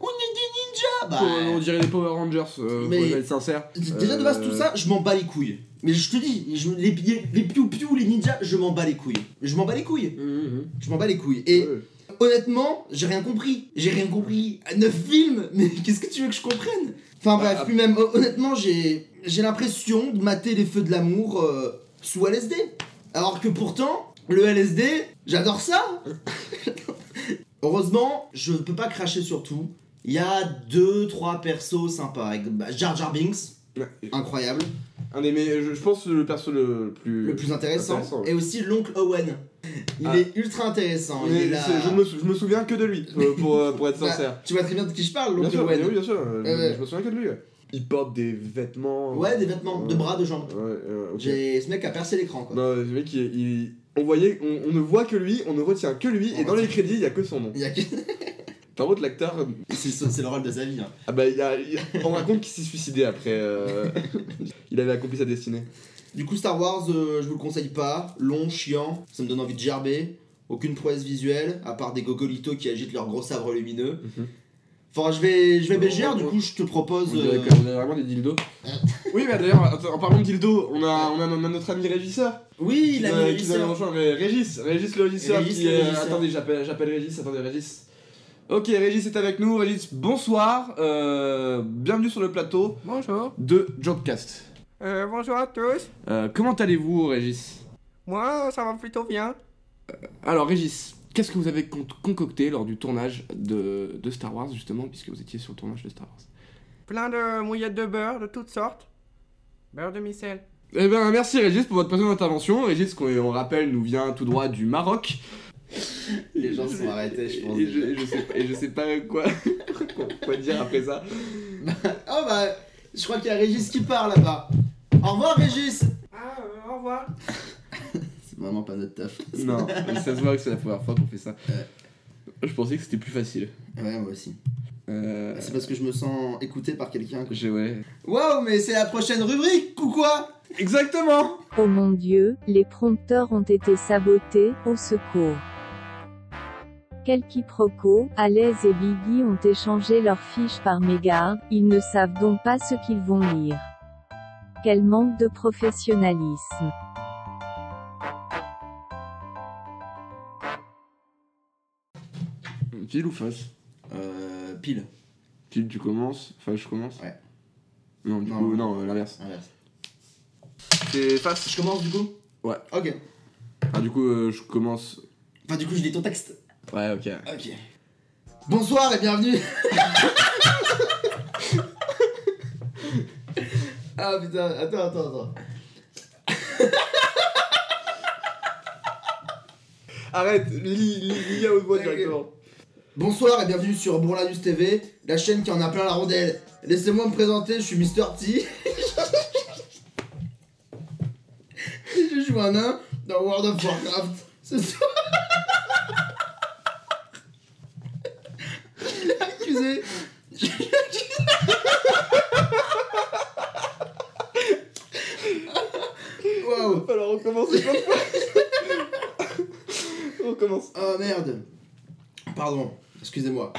[SPEAKER 2] on est des ninjas. Bah,
[SPEAKER 3] On dirait les Power Rangers, euh,
[SPEAKER 2] Mais-
[SPEAKER 3] pour être sincère. Euh,
[SPEAKER 2] déjà de base, tout ça, je m'en bats les couilles. Mais je te dis, je, les, les piou piou, les ninjas, je m'en bats les couilles. Je m'en bats les couilles.
[SPEAKER 3] hum,
[SPEAKER 2] Je m'en bats les couilles. Et honnêtement, j'ai rien compris. J'ai rien compris. À 9 films, mais qu'est-ce que tu veux que je comprenne Enfin bref,
[SPEAKER 3] Ah.
[SPEAKER 2] puis même, hon- honnêtement, j'ai j'ai l'impression de mater les feux de l'amour euh, sous LSD. Alors que pourtant, le LSD, j'adore ça. Heureusement, je peux pas cracher sur tout. Il y a deux, trois persos sympas. Avec, bah, Jar Jar Binks, incroyable.
[SPEAKER 3] Un des meilleurs- je, je pense le perso le plus.
[SPEAKER 2] Le plus intéressant.
[SPEAKER 3] Intéressant, ouais.
[SPEAKER 2] Et aussi l'oncle Owen. Il
[SPEAKER 3] Ah.
[SPEAKER 2] est ultra intéressant. il
[SPEAKER 3] Mais
[SPEAKER 2] est là-
[SPEAKER 3] c'est- je, me, sou- je me souviens que de lui, euh, pour, euh, pour être
[SPEAKER 2] Bah,
[SPEAKER 3] sincère.
[SPEAKER 2] tu vois très bien de qui je parle,
[SPEAKER 3] Bien
[SPEAKER 2] l'oncle
[SPEAKER 3] sûr,
[SPEAKER 2] Owen.
[SPEAKER 3] mais oui, bien sûr. euh, je,
[SPEAKER 2] Ouais.
[SPEAKER 3] je me souviens que de lui. ouais. Il porte des vêtements.
[SPEAKER 2] Ouais, des vêtements, de
[SPEAKER 3] Ouais.
[SPEAKER 2] bras, de jambes.
[SPEAKER 3] Ouais, euh, ok.
[SPEAKER 2] J'ai ce mec a percé l'écran quoi.
[SPEAKER 3] Non, le mec, il, il- on, voyait, on, on ne voit que lui, on ne retient que lui,
[SPEAKER 2] On
[SPEAKER 3] et dans les crédits, il n'y a que son nom.
[SPEAKER 2] Il y a que-
[SPEAKER 3] Par contre, l'acteur, euh,
[SPEAKER 2] c'est son- c'est le rôle de sa vie. hein.
[SPEAKER 3] ah bah, il y a- il- on raconte qu'il s'est suicidé après. euh, il avait accompli sa destinée.
[SPEAKER 2] Du coup Star Wars, euh, je vous le conseille pas, long, chiant, ça me donne envie de gerber. Aucune prouesse visuelle, à part des gogolitos qui agitent leurs gros sabres lumineux.
[SPEAKER 3] Mhm.
[SPEAKER 2] Enfin, je vais, je vais
[SPEAKER 3] On-
[SPEAKER 2] BGR,
[SPEAKER 3] on-
[SPEAKER 2] du coup, je te
[SPEAKER 3] On
[SPEAKER 2] propose.
[SPEAKER 3] dirait
[SPEAKER 2] euh,
[SPEAKER 3] qu'on a vraiment des dildos. oui, mais d'ailleurs, attends, en parlant de dildos, on a, on a no- notre ami régisseur.
[SPEAKER 2] Oui, la
[SPEAKER 3] euh, qui nous a rejoint, mais Régis, Régis le régisseur.
[SPEAKER 2] Régis
[SPEAKER 3] qui
[SPEAKER 2] le
[SPEAKER 3] est-
[SPEAKER 2] régisseur.
[SPEAKER 3] Attendez, j'appelle j'appelle Régis, attendez, Régis. Ok, Régis est avec nous. Régis, bonsoir. euh, bienvenue sur le plateau
[SPEAKER 5] Bonjour,
[SPEAKER 3] de Jobcast.
[SPEAKER 5] euh, bonjour à tous.
[SPEAKER 3] Euh, comment allez-vous, Régis
[SPEAKER 5] Moi, ça va plutôt bien.
[SPEAKER 3] Alors Régis, qu'est-ce que vous avez con- concocté lors du tournage de, de Star Wars justement, puisque vous étiez sur le tournage de Star Wars
[SPEAKER 5] Plein de mouillettes de beurre de toutes sortes. Beurre de micelle.
[SPEAKER 3] Eh bien merci Régis pour votre présente intervention. Régis, qu'on on rappelle, nous vient tout droit du Maroc.
[SPEAKER 2] Les gens se sont arrêtés, je pense.
[SPEAKER 3] Et je, et je sais, pas- et je sais pas quoi, quoi dire après ça.
[SPEAKER 2] Oh bah, je crois qu'il y a Régis qui part là-bas. Au revoir, Régis
[SPEAKER 5] Ah, euh, au revoir.
[SPEAKER 2] C'est vraiment pas notre taf.
[SPEAKER 3] Non, ça se voit que c'est la première fois qu'on fait ça. Je pensais que c'était plus facile.
[SPEAKER 2] Ouais, moi aussi.
[SPEAKER 3] Euh,
[SPEAKER 2] C'est parce que je me sens écouté par quelqu'un.
[SPEAKER 3] j'ai- ouais.
[SPEAKER 2] Waouh, mais c'est la prochaine rubrique ou quoi
[SPEAKER 3] Exactement
[SPEAKER 4] Oh mon dieu, les prompteurs ont été sabotés, au secours. Quel quiproquo, Alès et Biggie ont échangé leurs fiches par mégarde, ils ne savent donc pas ce qu'ils vont lire. Quel manque de professionnalisme.
[SPEAKER 3] Pile ou face
[SPEAKER 2] Euh, pile.
[SPEAKER 3] Pile, tu commences, face, je commence
[SPEAKER 2] Ouais.
[SPEAKER 3] Non, du
[SPEAKER 2] Non.
[SPEAKER 3] coup, non, euh, l'inverse.
[SPEAKER 2] Inverse.
[SPEAKER 3] C'est face
[SPEAKER 2] Je commence du coup
[SPEAKER 3] Ouais.
[SPEAKER 2] Ok.
[SPEAKER 3] Ah, du coup, euh, je commence.
[SPEAKER 2] Enfin, du coup, je lis ton texte.
[SPEAKER 3] Ouais, ok.
[SPEAKER 2] Ok. Bonsoir et bienvenue Ah putain, attends, attends, attends.
[SPEAKER 3] Arrête, lis, lis, lis à haute voix
[SPEAKER 2] directement. Bonsoir et bienvenue sur Bourlanus TV, la chaîne qui en a plein la rondelle. Laissez-moi me présenter, je suis Mister T. Et je joue un nain dans World of Warcraft. Ce soir. Je l'ai accusé. Je l'ai accusé. Waouh.
[SPEAKER 3] Alors on commence plein de fois. on commence.
[SPEAKER 2] Oh merde. Pardon, excusez-moi.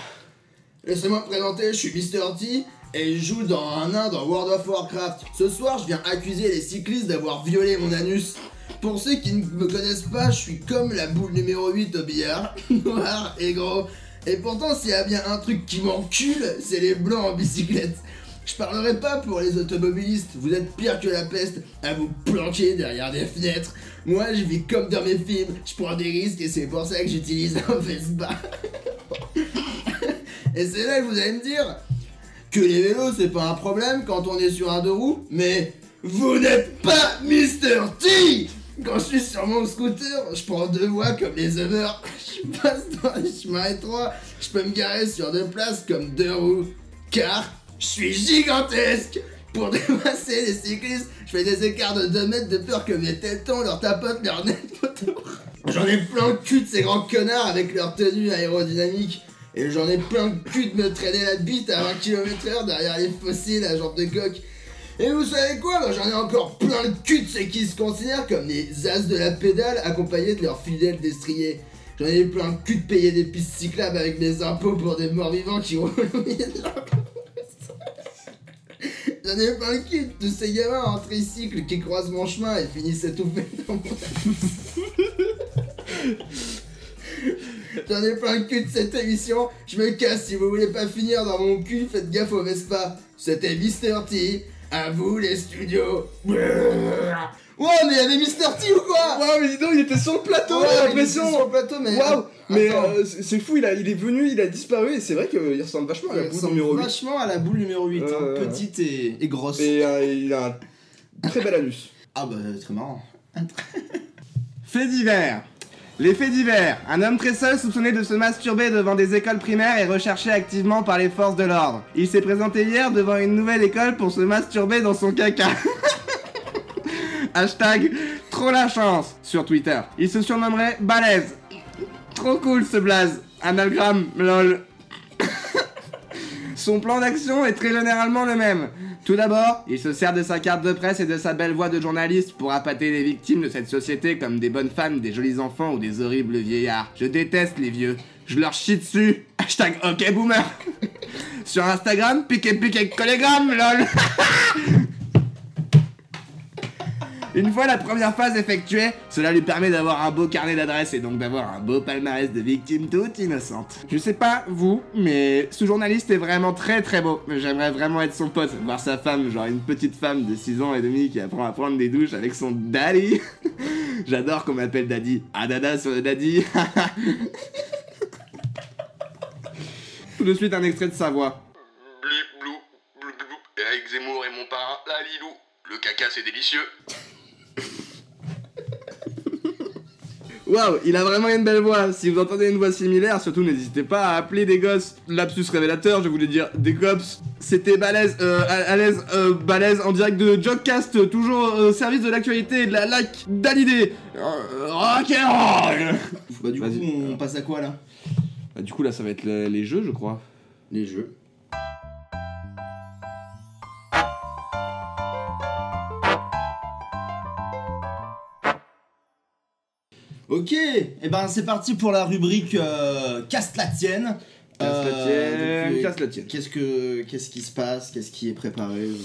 [SPEAKER 2] Laissez-moi me présenter, je suis Mister T et je joue dans un nain dans World of Warcraft. Ce soir, je viens accuser les cyclistes d'avoir violé mon anus. Pour ceux qui ne me connaissent pas, je suis comme la boule numéro 8 au billard, noir et gros. Et pourtant, s'il y a bien un truc qui m'encule, c'est les blancs en bicyclette. Je parlerai pas pour les automobilistes, vous êtes pire que la peste à vous planquer derrière des fenêtres. Moi, je vis comme dans mes films, je prends des risques et c'est pour ça que j'utilise un Vespa. et c'est là que vous allez me dire que les vélos, c'est pas un problème quand on est sur un deux roues, mais vous n'êtes pas Mister T Quand je suis sur mon scooter, je prends deux voies comme les Uber, je passe dans les chemins étroits, je peux me garer sur deux places comme deux roues, car je suis gigantesque pour dépasser les cyclistes, je fais des écarts de 2 mètres de peur que mes tétons leur tapotent leur nez de moto. J'en ai plein le cul de ces grands connards avec leur tenue aérodynamique. Et j'en ai plein le cul de me traîner la bite à 20 km heure derrière les fossiles à jambe de coq. Et vous savez quoi Moi, J'en ai encore plein le cul de ceux qui se considèrent comme les as de la pédale accompagnés de leurs fidèles destriers. J'en ai plein le cul de payer des pistes cyclables avec mes impôts pour des morts-vivants qui roulent au milieu de leur J'en ai plein le cul de ces gamins en tricycle qui croisent mon chemin et finissent étouffés dans mon J'en ai plein le cul de cette émission. Je me casse si vous voulez pas finir dans mon cul, faites gaffe au Vespa. C'était Mister T. À vous les studios. Ouais, mais il y avait Mister T ou quoi
[SPEAKER 3] Waouh, mais dis donc, il était sur le plateau,
[SPEAKER 2] Ouais,
[SPEAKER 3] j'ai
[SPEAKER 2] il était sur
[SPEAKER 3] l'impression.
[SPEAKER 2] le plateau, mais.
[SPEAKER 3] Waouh, mais
[SPEAKER 2] Attends.
[SPEAKER 3] euh, c'est c'est fou, il, a, il est venu, il a disparu, et c'est vrai qu'il ressemble vachement à la
[SPEAKER 2] Elle
[SPEAKER 3] boule
[SPEAKER 2] ressemble
[SPEAKER 3] numéro 8.
[SPEAKER 2] Vachement à la boule numéro 8, hein,
[SPEAKER 3] Euh, ouais.
[SPEAKER 2] petite et, et grosse.
[SPEAKER 3] Et euh, il a un très bel anus.
[SPEAKER 2] Ah bah très marrant.
[SPEAKER 5] Faits divers. Les faits divers. Un homme très seul soupçonné de se masturber devant des écoles primaires est recherché activement par les forces de l'ordre. Il s'est présenté hier devant une nouvelle école pour se masturber dans son caca. Hashtag trop la chance sur Twitter. Il se surnommerait Balèze. Trop cool ce blaze. Anagramme, lol. Son plan d'action est très généralement le même. Tout d'abord, il se sert de sa carte de presse et de sa belle voix de journaliste pour appâter les victimes de cette société comme des bonnes femmes, des jolis enfants ou des horribles vieillards. Je déteste les vieux. Je leur chie dessus. Hashtag OK Boomer. Sur Instagram, piquez piquez collégramme, lol. Une fois la première phase effectuée, cela lui permet d'avoir un beau carnet d'adresses et donc d'avoir un beau palmarès de victimes toutes innocentes. Je sais pas vous, mais ce journaliste est vraiment très très beau. J'aimerais vraiment être son pote, voir sa femme, genre une petite femme de 6 ans et demi qui apprend à prendre des douches avec son daddy. J'adore qu'on m'appelle daddy. Ah dada sur le daddy. Tout de suite un extrait de sa voix.
[SPEAKER 6] Eric Zemmour et mon parrain, la Lilou. Le caca, c'est délicieux.
[SPEAKER 5] Waouh, il a vraiment une belle voix. Si vous entendez une voix similaire, surtout n'hésitez pas à appeler des gosses. Lapsus révélateur, je voulais dire des cops. C'était balèze, euh, à, à l'aise, euh, balèze en direct de Jogcast, toujours au service de l'actualité et de la like d'Alidé. Euh, rock'n'roll
[SPEAKER 2] Bah, du coup,
[SPEAKER 3] Vas-y.
[SPEAKER 2] on passe à quoi là
[SPEAKER 3] Bah, du coup, là, ça va être les, les jeux, je crois.
[SPEAKER 2] Les jeux. Ok, et ben c'est parti pour la rubrique euh, Casse la tienne.
[SPEAKER 3] Casse la
[SPEAKER 2] Euh,
[SPEAKER 3] tienne,
[SPEAKER 2] donc, euh,
[SPEAKER 3] casse la tienne.
[SPEAKER 2] Qu'est-ce que qu'est-ce qui se passe Qu'est-ce qui est préparé euh,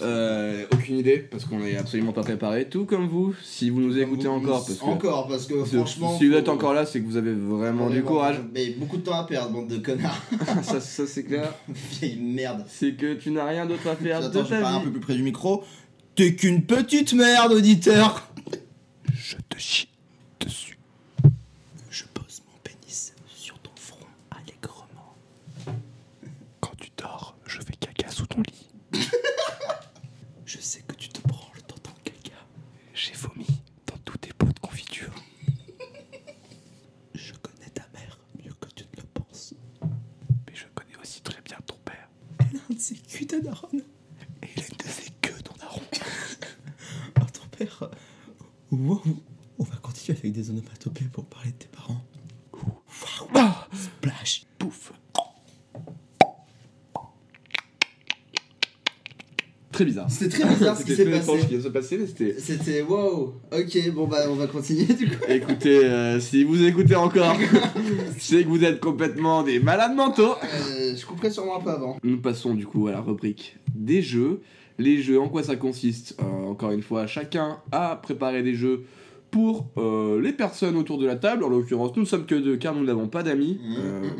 [SPEAKER 3] Euh, aucune idée, parce qu'on est absolument pas préparé, tout comme vous, si vous nous écoutez encore. Parce que
[SPEAKER 2] Encore parce que
[SPEAKER 3] si-
[SPEAKER 2] franchement.
[SPEAKER 3] si vous êtes
[SPEAKER 2] faut-
[SPEAKER 3] encore là, c'est que vous avez vraiment du courage.
[SPEAKER 2] Mais beaucoup de temps à perdre, bande de connards.
[SPEAKER 3] ça, ça, c'est clair.
[SPEAKER 2] Vieille merde.
[SPEAKER 3] C'est que tu n'as rien d'autre à faire de
[SPEAKER 2] Attends, je
[SPEAKER 3] ta
[SPEAKER 2] parle un
[SPEAKER 3] vie.
[SPEAKER 2] peu plus près du micro. T'es qu'une petite merde, auditeur.
[SPEAKER 1] Je te chie dessus. Je pose mon pénis sur ton front allègrement. Quand tu dors, je fais caca sous ton lit. je sais que tu te branles dans ton caca. J'ai vomi dans tous tes pots de confiture. je connais ta mère mieux que tu ne le penses. Mais je connais aussi très bien ton père. Elle a un de ses culs ta daronne. Et il a une de ses queues ton daron. ah ton père... Wow, on va continuer avec des onomatopées pour parler de tes parents. Splash, pouf.
[SPEAKER 3] Très bizarre.
[SPEAKER 2] C'était très bizarre ce qui s'est
[SPEAKER 3] très étrange ce
[SPEAKER 2] passé.
[SPEAKER 3] qui vient de se passer, mais c'était.
[SPEAKER 2] C'était wow. Ok, bon bah on va continuer du coup.
[SPEAKER 3] Écoutez, euh, si vous écoutez encore, c'est que vous êtes complètement des malades mentaux.
[SPEAKER 2] Euh, je couperai sûrement un peu avant.
[SPEAKER 3] Nous passons du coup à la rubrique des jeux. Les jeux, en quoi ça consiste Euh, Encore une fois, chacun a préparé des jeux pour euh, les personnes autour de la table. En l'occurrence, nous ne sommes que deux car nous n'avons pas d'amis.
[SPEAKER 2] Mm.
[SPEAKER 3] Euh,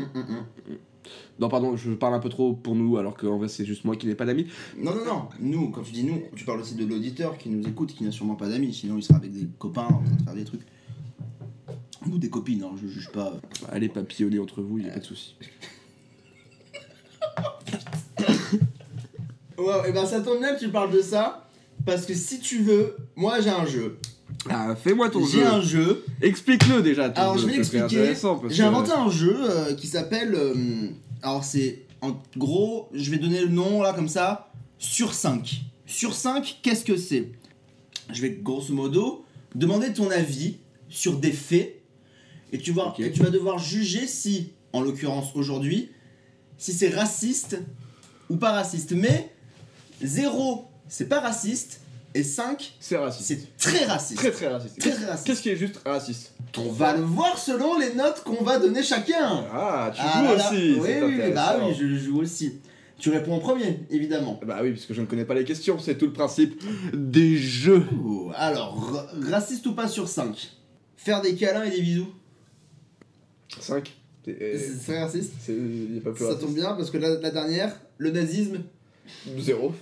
[SPEAKER 3] Non, pardon, je parle un peu trop pour nous alors qu'en vrai c'est juste moi qui n'ai pas d'amis.
[SPEAKER 2] Non, non, non. Nous, quand tu dis nous, tu parles aussi de l'auditeur qui nous écoute, qui n'a sûrement pas d'amis, sinon il sera avec des copains en train de faire des trucs. Ou des copines, hein, je juge pas.
[SPEAKER 3] Bah, Allez papillonner entre vous, il n'y a pas de souci.
[SPEAKER 2] Wow, et ben ça tombe bien que tu parles de ça, parce que si tu veux, moi j'ai un jeu.
[SPEAKER 3] Ah, fais-moi ton
[SPEAKER 2] J'ai
[SPEAKER 3] jeu.
[SPEAKER 2] un jeu.
[SPEAKER 3] Explique-le déjà. ton
[SPEAKER 2] Alors
[SPEAKER 3] jeu,
[SPEAKER 2] je vais
[SPEAKER 3] ce serait
[SPEAKER 2] l'expliquer.
[SPEAKER 3] intéressant, parce
[SPEAKER 2] J'ai
[SPEAKER 3] que-
[SPEAKER 2] inventé un jeu euh, qui s'appelle. euh, alors c'est. En gros, je vais donner le nom là comme ça. Sur 5. Sur 5, qu'est-ce que c'est Je vais grosso modo demander ton avis sur des faits. Et tu, vois,
[SPEAKER 3] Ok.
[SPEAKER 2] et tu vas devoir juger si, en l'occurrence aujourd'hui, si c'est raciste ou pas raciste. Mais 0, c'est pas raciste. Et 5,
[SPEAKER 3] C'est raciste.
[SPEAKER 2] c'est très raciste.
[SPEAKER 3] Très très raciste.
[SPEAKER 2] Très, très raciste.
[SPEAKER 3] Qu'est-ce qui est juste raciste
[SPEAKER 2] On va le voir selon les notes qu'on va donner chacun.
[SPEAKER 3] Ah, tu
[SPEAKER 2] Ah
[SPEAKER 3] joues
[SPEAKER 2] là là.
[SPEAKER 3] aussi.
[SPEAKER 2] Oui,
[SPEAKER 3] c'est
[SPEAKER 2] oui, oui, bah
[SPEAKER 3] intéressant.
[SPEAKER 2] oui, je joue aussi. Tu réponds en premier, évidemment.
[SPEAKER 3] Bah oui, parce que je ne connais pas les questions, c'est tout le principe des jeux.
[SPEAKER 2] Oh, alors, ra- raciste ou pas sur 5 Faire des câlins et des bisous
[SPEAKER 3] 5
[SPEAKER 2] C'est très raciste
[SPEAKER 3] euh, Il n'y a pas plus
[SPEAKER 2] Ça tombe bien parce que la, la dernière, le nazisme,
[SPEAKER 3] 0.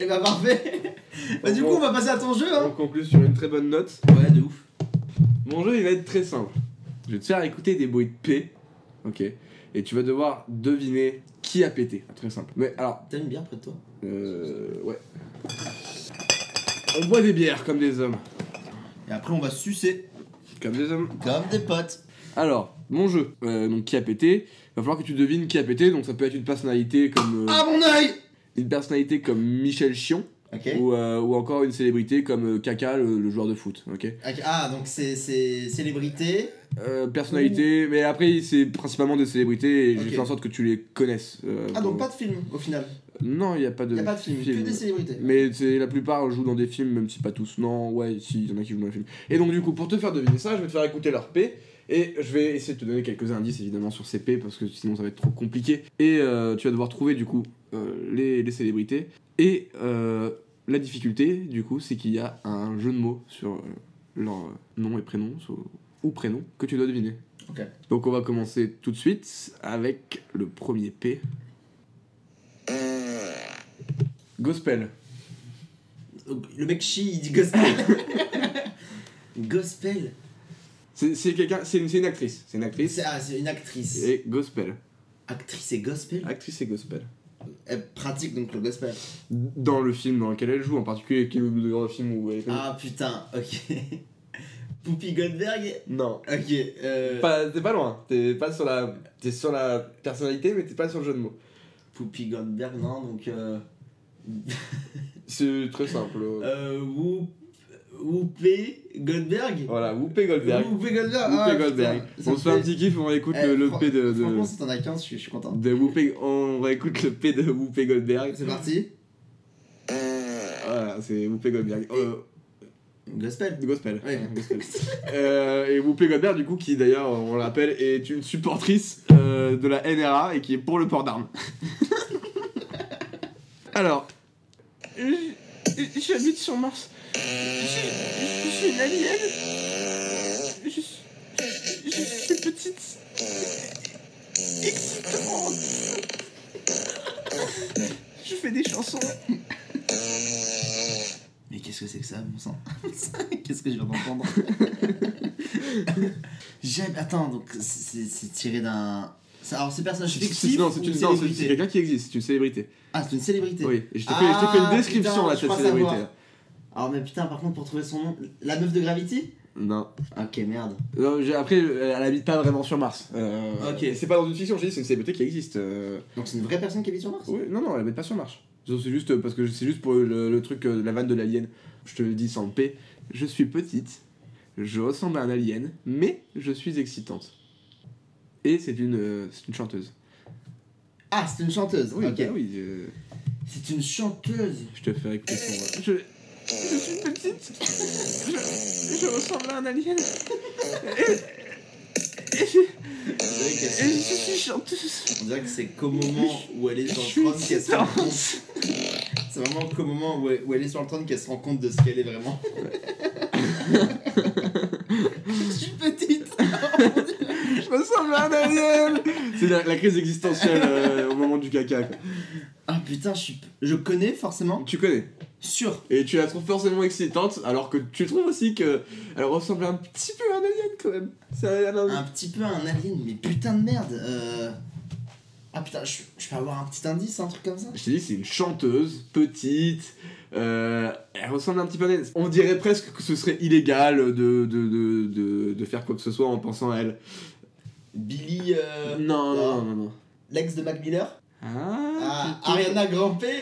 [SPEAKER 2] et bah parfait Bah du coup, on va passer à ton jeu,
[SPEAKER 3] On
[SPEAKER 2] hein
[SPEAKER 3] conclut sur une très bonne note.
[SPEAKER 2] Ouais, de ouf.
[SPEAKER 3] Mon jeu, il va être très simple. Je vais te faire écouter des bruits de paix. Ok. Et tu vas devoir deviner qui a pété. Ah, Très simple. Mais alors,
[SPEAKER 2] T'as une bière près de toi
[SPEAKER 3] euh, ouais. On boit des bières comme des hommes.
[SPEAKER 2] Et après, on va sucer,
[SPEAKER 3] Comme des hommes.
[SPEAKER 2] comme des potes.
[SPEAKER 3] Alors, mon jeu. Euh, donc, qui a pété Il va falloir que tu devines qui a pété. Donc, ça peut être une personnalité comme. euh,
[SPEAKER 2] Ah, mon oeil
[SPEAKER 3] une personnalité comme Michel Chion
[SPEAKER 2] Ok.
[SPEAKER 3] ou, euh, ou encore une célébrité comme euh, Kaka, le, le joueur de foot. ok
[SPEAKER 2] Ok, Ah, donc c'est c'est célébrité.
[SPEAKER 3] Euh, personnalité, mais après, c'est principalement des célébrités et j'ai
[SPEAKER 2] Ok.
[SPEAKER 3] fait en sorte que tu les connaisses. euh,
[SPEAKER 2] Ah,
[SPEAKER 3] pour-
[SPEAKER 2] donc pas de film au final.
[SPEAKER 3] Non, il n'y a pas de.
[SPEAKER 2] Il a pas de film, que des célébrités.
[SPEAKER 3] Mais c'est- la plupart jouent dans des films, même si pas tous. Non, ouais, si, il y en a qui jouent dans des films. Et donc, du coup, pour te faire deviner ça, je vais te faire écouter leur P. Et je vais essayer de te donner quelques indices, évidemment, sur ces P, parce que sinon ça va être trop compliqué. Et euh, tu vas devoir trouver, du coup, euh, les, les célébrités. Et euh, la difficulté, du coup, c'est qu'il y a un jeu de mots sur euh, leur euh, nom et prénom, sur- ou prénom, que tu dois deviner.
[SPEAKER 2] Ok.
[SPEAKER 3] Donc, on va commencer tout de suite avec le premier P. Gospel.
[SPEAKER 2] Le mec chie, il dit gospel. gospel.
[SPEAKER 3] C'est c'est quelqu'un, c'est une, c'est une actrice, c'est une actrice
[SPEAKER 2] C'est ah, c'est une actrice.
[SPEAKER 3] et gospel,
[SPEAKER 2] Actrice et gospel
[SPEAKER 3] actrice et gospel.
[SPEAKER 2] Elle pratique donc le gospel.
[SPEAKER 3] Dans le film dans lequel elle joue, en particulier qui est le dans le film où elle est
[SPEAKER 2] Ah putain, ok. Poupie Goldberg
[SPEAKER 3] Non,
[SPEAKER 2] Ok. Euh...
[SPEAKER 3] Pas- t'es pas loin, t'es pas sur la, t'es sur la personnalité, mais t'es pas sur le jeu de mots.
[SPEAKER 2] Poupie Goldberg, non, donc. Euh...
[SPEAKER 3] C'est très simple.
[SPEAKER 2] euh Whoop- Whoopé Goldberg
[SPEAKER 3] Voilà, Whoopi Goldberg.
[SPEAKER 2] Whoopé Goldberg
[SPEAKER 3] Whoopi
[SPEAKER 2] ah,
[SPEAKER 3] Goldberg.
[SPEAKER 2] putain, ça
[SPEAKER 3] On
[SPEAKER 2] me
[SPEAKER 3] se fait un petit kiff, on écoute
[SPEAKER 2] Eh,
[SPEAKER 3] le, le
[SPEAKER 2] fran-
[SPEAKER 3] P de,
[SPEAKER 2] Franchement,
[SPEAKER 3] de,
[SPEAKER 2] si t'en as 15, je suis, je suis content.
[SPEAKER 3] de Whoopi- on réécoute le P de Whoopi Goldberg.
[SPEAKER 2] C'est parti
[SPEAKER 3] Voilà, c'est Whoopi Goldberg. Euh,
[SPEAKER 2] Gospel
[SPEAKER 3] De gospel.
[SPEAKER 2] Ouais.
[SPEAKER 3] Gospel. Euh, et Whoopi Goldberg, du coup, qui d'ailleurs, on l'appelle, est une supportrice euh, de la NRA et qui est pour le port d'armes. Alors, j- j'habite sur Mars. Je je suis une alien. Je suis je suis petite. Excitante. Je fais des chansons.
[SPEAKER 2] Mais qu'est-ce que c'est que ça, bon sang Qu'est-ce que je viens d'entendre J'aime. Attends, donc c'est- c'est c'est tiré d'un. ça- Alors, c'est personnage fictif
[SPEAKER 3] Non, c'est
[SPEAKER 2] ou
[SPEAKER 3] une- non, c'est- c'est
[SPEAKER 2] célébrité
[SPEAKER 3] quelqu'un qui existe, c'est une célébrité.
[SPEAKER 2] Ah, c'est une célébrité.
[SPEAKER 3] Oui, et je t'ai
[SPEAKER 2] Ah,
[SPEAKER 3] fait, je t'ai fait une description
[SPEAKER 2] putain,
[SPEAKER 3] là,
[SPEAKER 2] je
[SPEAKER 3] cette
[SPEAKER 2] crois
[SPEAKER 3] célébrité.
[SPEAKER 2] savoir. Alors, mais putain, par contre, pour trouver son nom, la meuf de Gravity
[SPEAKER 3] Non.
[SPEAKER 2] Ok, merde.
[SPEAKER 3] Non, j'ai- après, euh, elle habite pas vraiment sur Mars. Euh,
[SPEAKER 2] Ok.
[SPEAKER 3] C'est pas dans une fiction, j'ai dit, c'est une célébrité qui existe. euh.
[SPEAKER 2] Donc, c'est une vraie personne qui habite sur Mars
[SPEAKER 3] Oui, non, non, elle habite pas sur Mars. C'est juste euh, parce que c'est juste pour le, le truc, euh, la vanne de l'alien. Je te le dis sans le P. Je suis petite, je ressemble à un alien, mais je suis excitante. Et c'est une, euh, c'est une chanteuse.
[SPEAKER 2] Ah, c'est une chanteuse
[SPEAKER 3] Oui,
[SPEAKER 2] Ok.
[SPEAKER 3] bah oui. euh,
[SPEAKER 2] C'est une chanteuse
[SPEAKER 3] Je te fais écouter son. euh. Je, je suis petite. Je, je ressemble à un alien. Et, et je, et je suis chanteuse.
[SPEAKER 2] On dirait que c'est qu'au moment où elle est
[SPEAKER 3] Je
[SPEAKER 2] sur
[SPEAKER 3] suis
[SPEAKER 2] le trône qu'elle se rend
[SPEAKER 3] excitante.
[SPEAKER 2] compte. C'est vraiment qu'au moment où elle, où elle est sur le trône qu'elle se rend compte de ce qu'elle est vraiment. Je suis petite
[SPEAKER 3] Je ressemble à un alien. C'est la, la crise existentielle euh, au moment du caca. quoi.
[SPEAKER 2] Ah putain, je, suis... je connais forcément.
[SPEAKER 3] Tu connais.
[SPEAKER 2] Sûr
[SPEAKER 3] Et tu la trouves forcément excitante, alors que tu trouves aussi que elle ressemble un petit peu à un alien quand même. C'est un- un-
[SPEAKER 2] Un petit peu un alien, mais putain de merde euh... Ah putain, je, je peux avoir un petit indice, un truc comme ça
[SPEAKER 3] Je t'ai dit, c'est une chanteuse, petite. euh, elle ressemble un petit peu à elle. On dirait presque que ce serait illégal de, de, de, de, de faire quoi que ce soit en pensant à elle.
[SPEAKER 2] Billy, euh, non,
[SPEAKER 3] non, non, non, non.
[SPEAKER 2] l'ex de Mac Miller
[SPEAKER 3] Ah,
[SPEAKER 2] ah, Ariana Grande
[SPEAKER 3] ouais.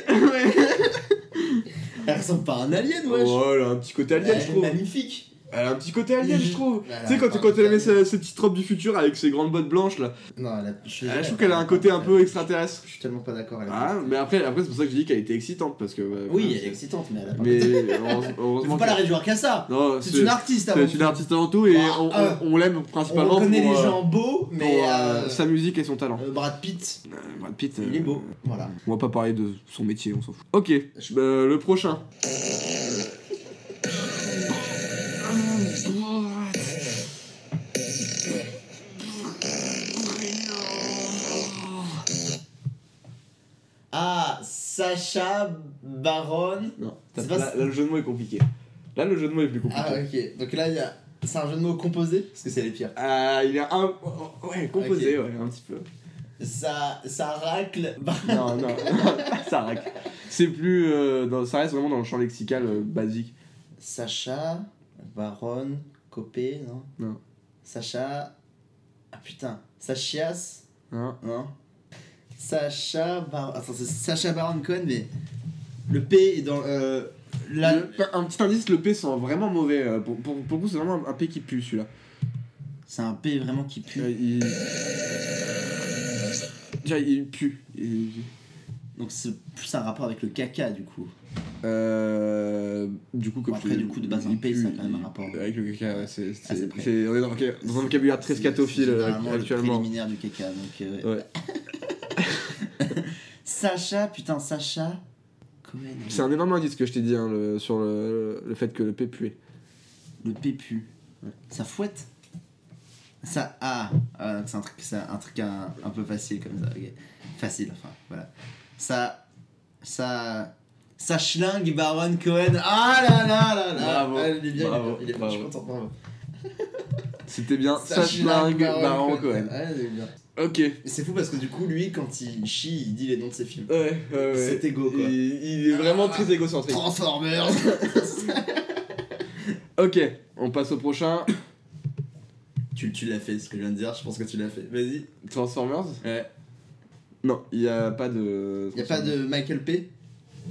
[SPEAKER 2] Elle ressemble pas à un alien, wesh
[SPEAKER 3] Oh, elle a un petit côté
[SPEAKER 2] Elle
[SPEAKER 3] alien, je
[SPEAKER 2] est
[SPEAKER 3] trouve.
[SPEAKER 2] magnifique
[SPEAKER 3] Elle a un petit côté alien, je trouve.
[SPEAKER 2] Elle a
[SPEAKER 3] Tu sais,
[SPEAKER 2] un
[SPEAKER 3] quand,
[SPEAKER 2] petit
[SPEAKER 3] quand elle met
[SPEAKER 2] côté-
[SPEAKER 3] sa, ses petites robes du futur avec ses grandes bottes blanches là,
[SPEAKER 2] Non, elle a- je, suis
[SPEAKER 3] Euh, je
[SPEAKER 2] désolé,
[SPEAKER 3] trouve qu'elle a un côté un peu extraterrestre.
[SPEAKER 2] Je suis tellement pas d'accord. elle a-
[SPEAKER 3] Ah, mais après, après c'est pour ça que je dis qu'elle était excitante parce que. ouais,
[SPEAKER 2] oui,
[SPEAKER 3] voilà,
[SPEAKER 2] elle est
[SPEAKER 3] c'est-
[SPEAKER 2] excitante, mais elle a pas.
[SPEAKER 3] Mais heureuse-
[SPEAKER 2] Mais
[SPEAKER 3] heureusement.
[SPEAKER 2] faut pas la
[SPEAKER 3] que-
[SPEAKER 2] réduire qu'à ça.
[SPEAKER 3] Non,
[SPEAKER 2] C'est une artiste avant.
[SPEAKER 3] C'est une artiste avant tout et
[SPEAKER 2] Ah,
[SPEAKER 3] on, on-
[SPEAKER 2] euh,
[SPEAKER 3] on l'aime
[SPEAKER 2] On
[SPEAKER 3] principalement pour,
[SPEAKER 2] reconnaît les
[SPEAKER 3] euh,
[SPEAKER 2] gens beaux, mais
[SPEAKER 3] pour, euh,
[SPEAKER 2] euh,
[SPEAKER 3] sa musique et son talent.
[SPEAKER 2] euh, Brad Pitt,
[SPEAKER 3] Euh, Brad Pitt,
[SPEAKER 2] il est
[SPEAKER 3] euh,
[SPEAKER 2] beau. Voilà.
[SPEAKER 3] On va pas parler de son métier, on s'en fout. Ok, euh, le prochain.
[SPEAKER 2] Ah, Sacha Baron.
[SPEAKER 3] Non,
[SPEAKER 2] C'est
[SPEAKER 3] t'as-
[SPEAKER 2] pas-
[SPEAKER 3] là, là, le jeu de mots est compliqué. Là le jeu de mots est plus compliqué.
[SPEAKER 2] Ah, ok. Donc là, il y a. C'est un jeu de mots composé parce que c'est les pires.
[SPEAKER 3] Ah, il est un... Ouais, composé, ouais, un petit peu.
[SPEAKER 2] Ça, ça racle. Bah,
[SPEAKER 3] Non, non, ça racle. C'est plus... euh, dans- ça reste vraiment dans le champ lexical euh, basique.
[SPEAKER 2] Sacha Baron Copé, non
[SPEAKER 3] Non.
[SPEAKER 2] Sacha. Ah putain. Sachias,
[SPEAKER 3] Hein
[SPEAKER 2] non Sacha Baron. Attends, c'est Sacha Baron Cohen, mais. Le P est dans. euh, la-
[SPEAKER 3] Le- un petit indice, le P sent vraiment mauvais. euh, Pour, pour, pour vous, c'est vraiment un, un P qui pue celui-là.
[SPEAKER 2] C'est un P vraiment qui pue.
[SPEAKER 3] Euh, il... Tiens, il pue. Il-
[SPEAKER 2] Donc c'est plus un rapport avec le caca du coup.
[SPEAKER 3] Euh, du coup, comme
[SPEAKER 2] Bon,
[SPEAKER 3] je
[SPEAKER 2] après,
[SPEAKER 3] te-
[SPEAKER 2] du coup, de base, un
[SPEAKER 3] il
[SPEAKER 2] P,
[SPEAKER 3] pue,
[SPEAKER 2] ça a quand même un
[SPEAKER 3] il-
[SPEAKER 2] rapport. hein. Ah,
[SPEAKER 3] Avec le caca, ouais, c'est, c'est,
[SPEAKER 2] c'est prêt.
[SPEAKER 3] c'est- on est dans, le- dans un vocabulaire très scatophile
[SPEAKER 2] C'est
[SPEAKER 3] euh,
[SPEAKER 2] généralement Le
[SPEAKER 3] actuellement.
[SPEAKER 2] préliminaire du caca. Donc, euh,
[SPEAKER 3] Ouais.
[SPEAKER 2] Sacha, putain, Sacha. Cohen.
[SPEAKER 3] C'est un énorme indice que je t'ai dit hein, le- sur le, le fait que le P puait.
[SPEAKER 2] Le P pue. Ça fouette. Ça. Ah, ah, donc c'est un truc, c'est un, truc un, un peu facile comme ça. ok. Facile, enfin, voilà. Ça. Ça. Ça schlingue Baron Cohen. Ah là là là là.
[SPEAKER 3] Bravo,
[SPEAKER 2] Ah, il est bien, il est bien,
[SPEAKER 3] bravo,
[SPEAKER 2] il est bien, je suis
[SPEAKER 3] bravo.
[SPEAKER 2] content, bravo.
[SPEAKER 3] C'était bien
[SPEAKER 2] Ça
[SPEAKER 3] Sachlang
[SPEAKER 2] schlingue
[SPEAKER 3] Baron Cohen.
[SPEAKER 2] Ouais, c'est bien.
[SPEAKER 3] Ok.
[SPEAKER 2] Et c'est fou parce que du coup, lui, quand il chie, il dit les noms de ses films.
[SPEAKER 3] Ouais, ouais, ouais.
[SPEAKER 2] C'est égo, quoi.
[SPEAKER 3] Il, il est vraiment
[SPEAKER 2] Ah.
[SPEAKER 3] très égocentrique.
[SPEAKER 2] Transformers Ah.
[SPEAKER 3] Ok, on passe au prochain.
[SPEAKER 2] tu, tu l'as fait, ce que je viens de dire, je pense que tu l'as fait. Vas-y.
[SPEAKER 3] Transformers
[SPEAKER 2] Ouais.
[SPEAKER 3] Non, il n'y a pas de.
[SPEAKER 2] Y'a pas de Michael P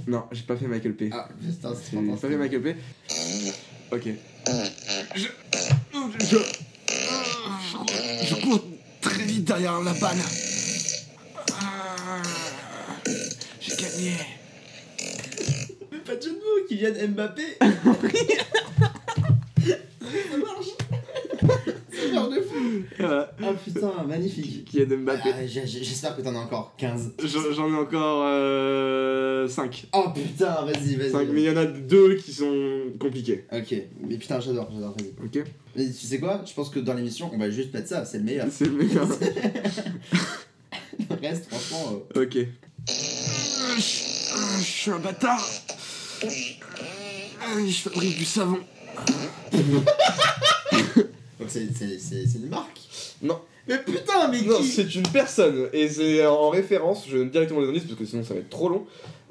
[SPEAKER 3] Non, j'ai pas fait Michael P.
[SPEAKER 2] Ah, putain, c'est
[SPEAKER 3] j'ai pas
[SPEAKER 2] fantastique.
[SPEAKER 3] fait Michael P. Ok.
[SPEAKER 7] Je cours très vite derrière la balle. Ah, J'ai gagné.
[SPEAKER 2] Mais pas de jeu de mots, Kylian Mbappé Ça marche Ça marche de fou
[SPEAKER 3] Voilà.
[SPEAKER 2] Ah putain, magnifique
[SPEAKER 3] Qui est de Mbappé
[SPEAKER 2] Ah, j'ai- j'ai- J'espère que t'en as encore 15.
[SPEAKER 3] J'en j'en ai encore 5.
[SPEAKER 2] Oh putain, vas-y, vas-y.
[SPEAKER 3] 5, mais il y en a deux qui sont compliqués.
[SPEAKER 2] Ok, mais putain, j'adore, j'adore, vas-y.
[SPEAKER 3] Ok
[SPEAKER 2] Mais tu sais quoi Je pense que dans l'émission, on va juste mettre ça, c'est le meilleur.
[SPEAKER 3] C'est méga.
[SPEAKER 2] Le reste, franchement. euh,
[SPEAKER 3] ok.
[SPEAKER 7] Ah, Je ah, je suis un bâtard. Ah, Je fabrique du savon.
[SPEAKER 2] Donc c'est- c'est c'est- c'est une marque
[SPEAKER 3] Non.
[SPEAKER 2] Mais putain, mais
[SPEAKER 3] Non,
[SPEAKER 2] qui
[SPEAKER 3] c'est une personne, et c'est en référence, je donne directement les indices parce que sinon ça va être trop long.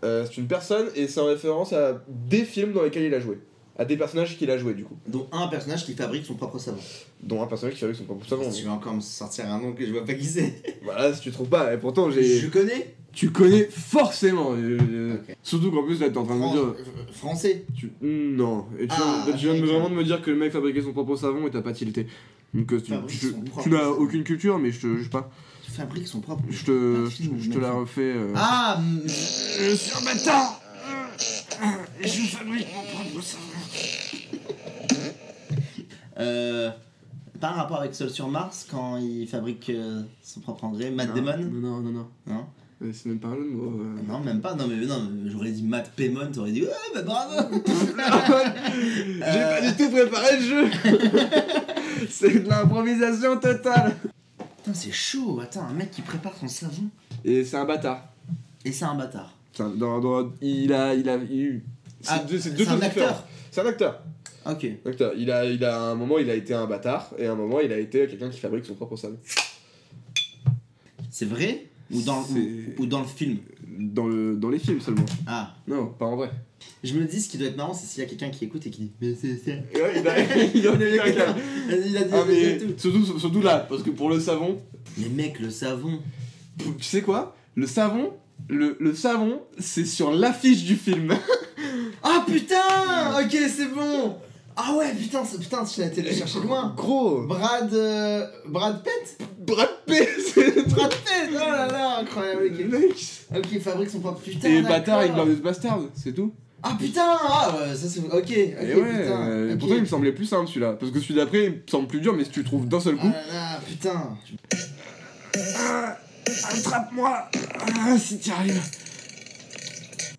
[SPEAKER 3] Euh, c'est une personne, et c'est en référence à des films dans lesquels il a joué. À des personnages qu'il a joué, du coup.
[SPEAKER 2] dont un personnage qui fabrique son propre savon.
[SPEAKER 3] Dont un personnage qui fabrique son propre savon.
[SPEAKER 2] Tu vas encore me sortir un nom que je vois pas qui c'est.
[SPEAKER 3] Voilà, si tu trouves pas, et pourtant j'ai.
[SPEAKER 2] Je connais.
[SPEAKER 3] Tu connais forcément euh, euh,
[SPEAKER 2] Ok.
[SPEAKER 3] Surtout qu'en plus là t'es en train de me
[SPEAKER 2] Fran-
[SPEAKER 3] dire.
[SPEAKER 2] euh, Français.
[SPEAKER 3] Tu... Non, et tu,
[SPEAKER 2] Ah,
[SPEAKER 3] viens, tu viens de me-
[SPEAKER 2] d'accord.
[SPEAKER 3] vraiment de me dire que le mec fabriquait son propre savon et t'as pas tilté. Donc euh, tu,
[SPEAKER 2] Fabrique
[SPEAKER 3] tu-
[SPEAKER 2] son
[SPEAKER 3] tu
[SPEAKER 2] propre
[SPEAKER 3] n'as
[SPEAKER 2] savon.
[SPEAKER 3] aucune culture, mais je te juge pas.
[SPEAKER 2] Il fabrique son propre.
[SPEAKER 3] Je te,
[SPEAKER 2] Pas film,
[SPEAKER 3] je, je te
[SPEAKER 2] mec.
[SPEAKER 3] la refais. euh.
[SPEAKER 2] Ah mm,
[SPEAKER 7] Je suis un bâtard. Ah, Je fabrique mon propre savon.
[SPEAKER 2] euh, Pas un rapport avec Sol sur Mars quand il fabrique euh, son propre engrais. Matt
[SPEAKER 3] non,
[SPEAKER 2] Damon
[SPEAKER 3] Non, non, non. non.
[SPEAKER 2] Non.
[SPEAKER 3] Euh, C'est même pas un jeu de mots. euh.
[SPEAKER 2] Non, même pas. Non, mais non, mais j'aurais dit Matt Paymon, t'aurais dit ouais, bah bravo.
[SPEAKER 3] Ah. J'ai pas du tout préparé le jeu C'est de l'improvisation totale
[SPEAKER 2] Putain, c'est chaud. Attends, un mec qui prépare son savon
[SPEAKER 3] Et c'est un bâtard.
[SPEAKER 2] et c'est un bâtard.
[SPEAKER 3] C'est un- dans- dans- il a. Il a eu. C'est
[SPEAKER 2] Ah,
[SPEAKER 3] deux, c'est deux
[SPEAKER 2] c'est un
[SPEAKER 3] choses
[SPEAKER 2] acteur.
[SPEAKER 3] différentes. C'est un acteur.
[SPEAKER 2] Ok.
[SPEAKER 3] Acteur. Il a, il a, à un moment, il a été un bâtard, et à un moment, il a été quelqu'un qui fabrique son propre savon.
[SPEAKER 2] C'est vrai ou dans
[SPEAKER 3] C'est-
[SPEAKER 2] ou, ou dans le film.
[SPEAKER 3] Dans, le, dans les films seulement.
[SPEAKER 2] Ah.
[SPEAKER 3] Non, pas en vrai.
[SPEAKER 2] Je me dis ce qui doit être marrant, c'est s'il y a quelqu'un qui écoute et qui dit mais c'est ça.
[SPEAKER 3] il a, il a- il a- il a-
[SPEAKER 2] Il a dit
[SPEAKER 3] Ah,
[SPEAKER 2] mais
[SPEAKER 3] mais
[SPEAKER 2] c'est tout.
[SPEAKER 3] surtout, surtout là, parce que pour le savon,
[SPEAKER 2] Mais mec, le savon.
[SPEAKER 3] tu sais quoi Le savon, le, le savon, c'est sur l'affiche du film.
[SPEAKER 2] Ah putain Ok, c'est bon Ah ouais, putain, c'est- putain, tu as été le chercher loin
[SPEAKER 3] Gros
[SPEAKER 2] Brad. euh, Brad Pitt
[SPEAKER 3] Brad Pitt, c'est le
[SPEAKER 2] Brad Pitt Oh là là, incroyable
[SPEAKER 3] truc.
[SPEAKER 2] Ok,
[SPEAKER 3] Mec.
[SPEAKER 2] Ok, il fabrique son propre putain
[SPEAKER 3] Et
[SPEAKER 2] d'accord.
[SPEAKER 3] bâtard avec Glorious Bastard, c'est tout.
[SPEAKER 2] Ah putain Ah ouais, ça c'est. Ok, ok,
[SPEAKER 3] et ouais,
[SPEAKER 2] putain
[SPEAKER 3] euh,
[SPEAKER 2] ok.
[SPEAKER 3] pourtant il me semblait plus simple celui-là. Parce que celui d'après il me semble plus dur, mais si tu le trouves d'un seul
[SPEAKER 2] Ah
[SPEAKER 3] coup.
[SPEAKER 2] là là, putain
[SPEAKER 7] Attrape-moi Ah, si t'y arrives.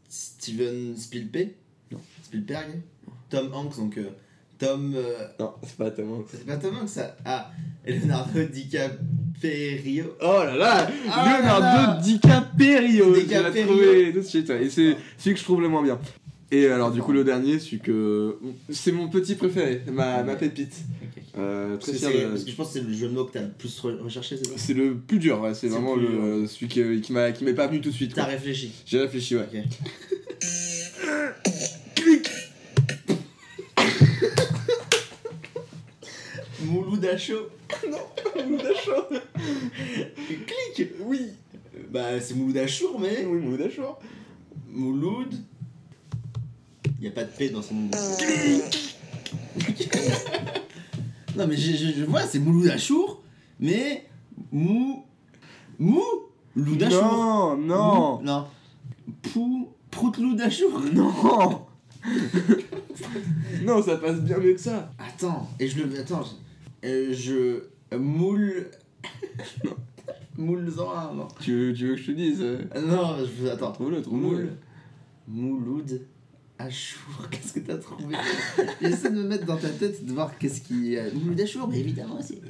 [SPEAKER 2] Steven Spielberg
[SPEAKER 3] Non.
[SPEAKER 2] Spielberg Tom Hanks, donc. euh, Tom. euh,
[SPEAKER 3] Non, c'est pas tellement.
[SPEAKER 2] C'est pas Tom Hanks ça Ah, Leonardo DiCaprio
[SPEAKER 3] Oh là là
[SPEAKER 2] Ah là là
[SPEAKER 3] Leonardo DiCaprio Je l'ai
[SPEAKER 2] DiCaprio.
[SPEAKER 3] trouvé tout de suite. ouais. Et c'est celui que je trouve le moins bien. Et alors du coup le dernier, celui que. C'est mon petit préféré, ma, ma pépite.
[SPEAKER 2] Ok.
[SPEAKER 3] Euh,
[SPEAKER 2] Parce
[SPEAKER 3] très
[SPEAKER 2] que,
[SPEAKER 3] fier
[SPEAKER 2] c'est-
[SPEAKER 3] de-
[SPEAKER 2] parce que je pense que c'est le jeu de mots que t'as le plus re- recherché, c'est ça
[SPEAKER 3] C'est le plus dur, ouais,
[SPEAKER 2] C'est
[SPEAKER 3] c'est vraiment
[SPEAKER 2] le
[SPEAKER 3] le,
[SPEAKER 2] plus
[SPEAKER 3] euh, celui qui, qui m'a- qui m'est pas venu tout de suite.
[SPEAKER 2] T'as
[SPEAKER 3] quoi.
[SPEAKER 2] réfléchi.
[SPEAKER 3] J'ai réfléchi, ouais.
[SPEAKER 2] Ok. Mouloud Acho Clic Oui Bah, c'est Mouloud Achour, mais.
[SPEAKER 3] Oui, Mouloud Achour.
[SPEAKER 2] Mouloud Il n'y a pas de paix dans ce monde. non, mais je, je- je vois, c'est Mouloud Achour, mais Mou. Mou Loud Achour.
[SPEAKER 5] Non, non,
[SPEAKER 2] Mou- Non. Pou. Proutloud Achour.
[SPEAKER 5] non.
[SPEAKER 3] Non, ça passe bien mieux que ça.
[SPEAKER 2] Attends, et je le. Attends, je. euh, je- Moule. Moule en un, non.
[SPEAKER 3] Tu veux, tu veux que je te dise euh,
[SPEAKER 2] Non, je... attends.
[SPEAKER 3] Trouve-le, trouve-le.
[SPEAKER 2] Moule. Mouloud. Achour, qu'est-ce que t'as trouvé J'essaie de me mettre dans ta tête de voir qu'est-ce qui. euh, Mouloud Achour, mais évidemment, c'est.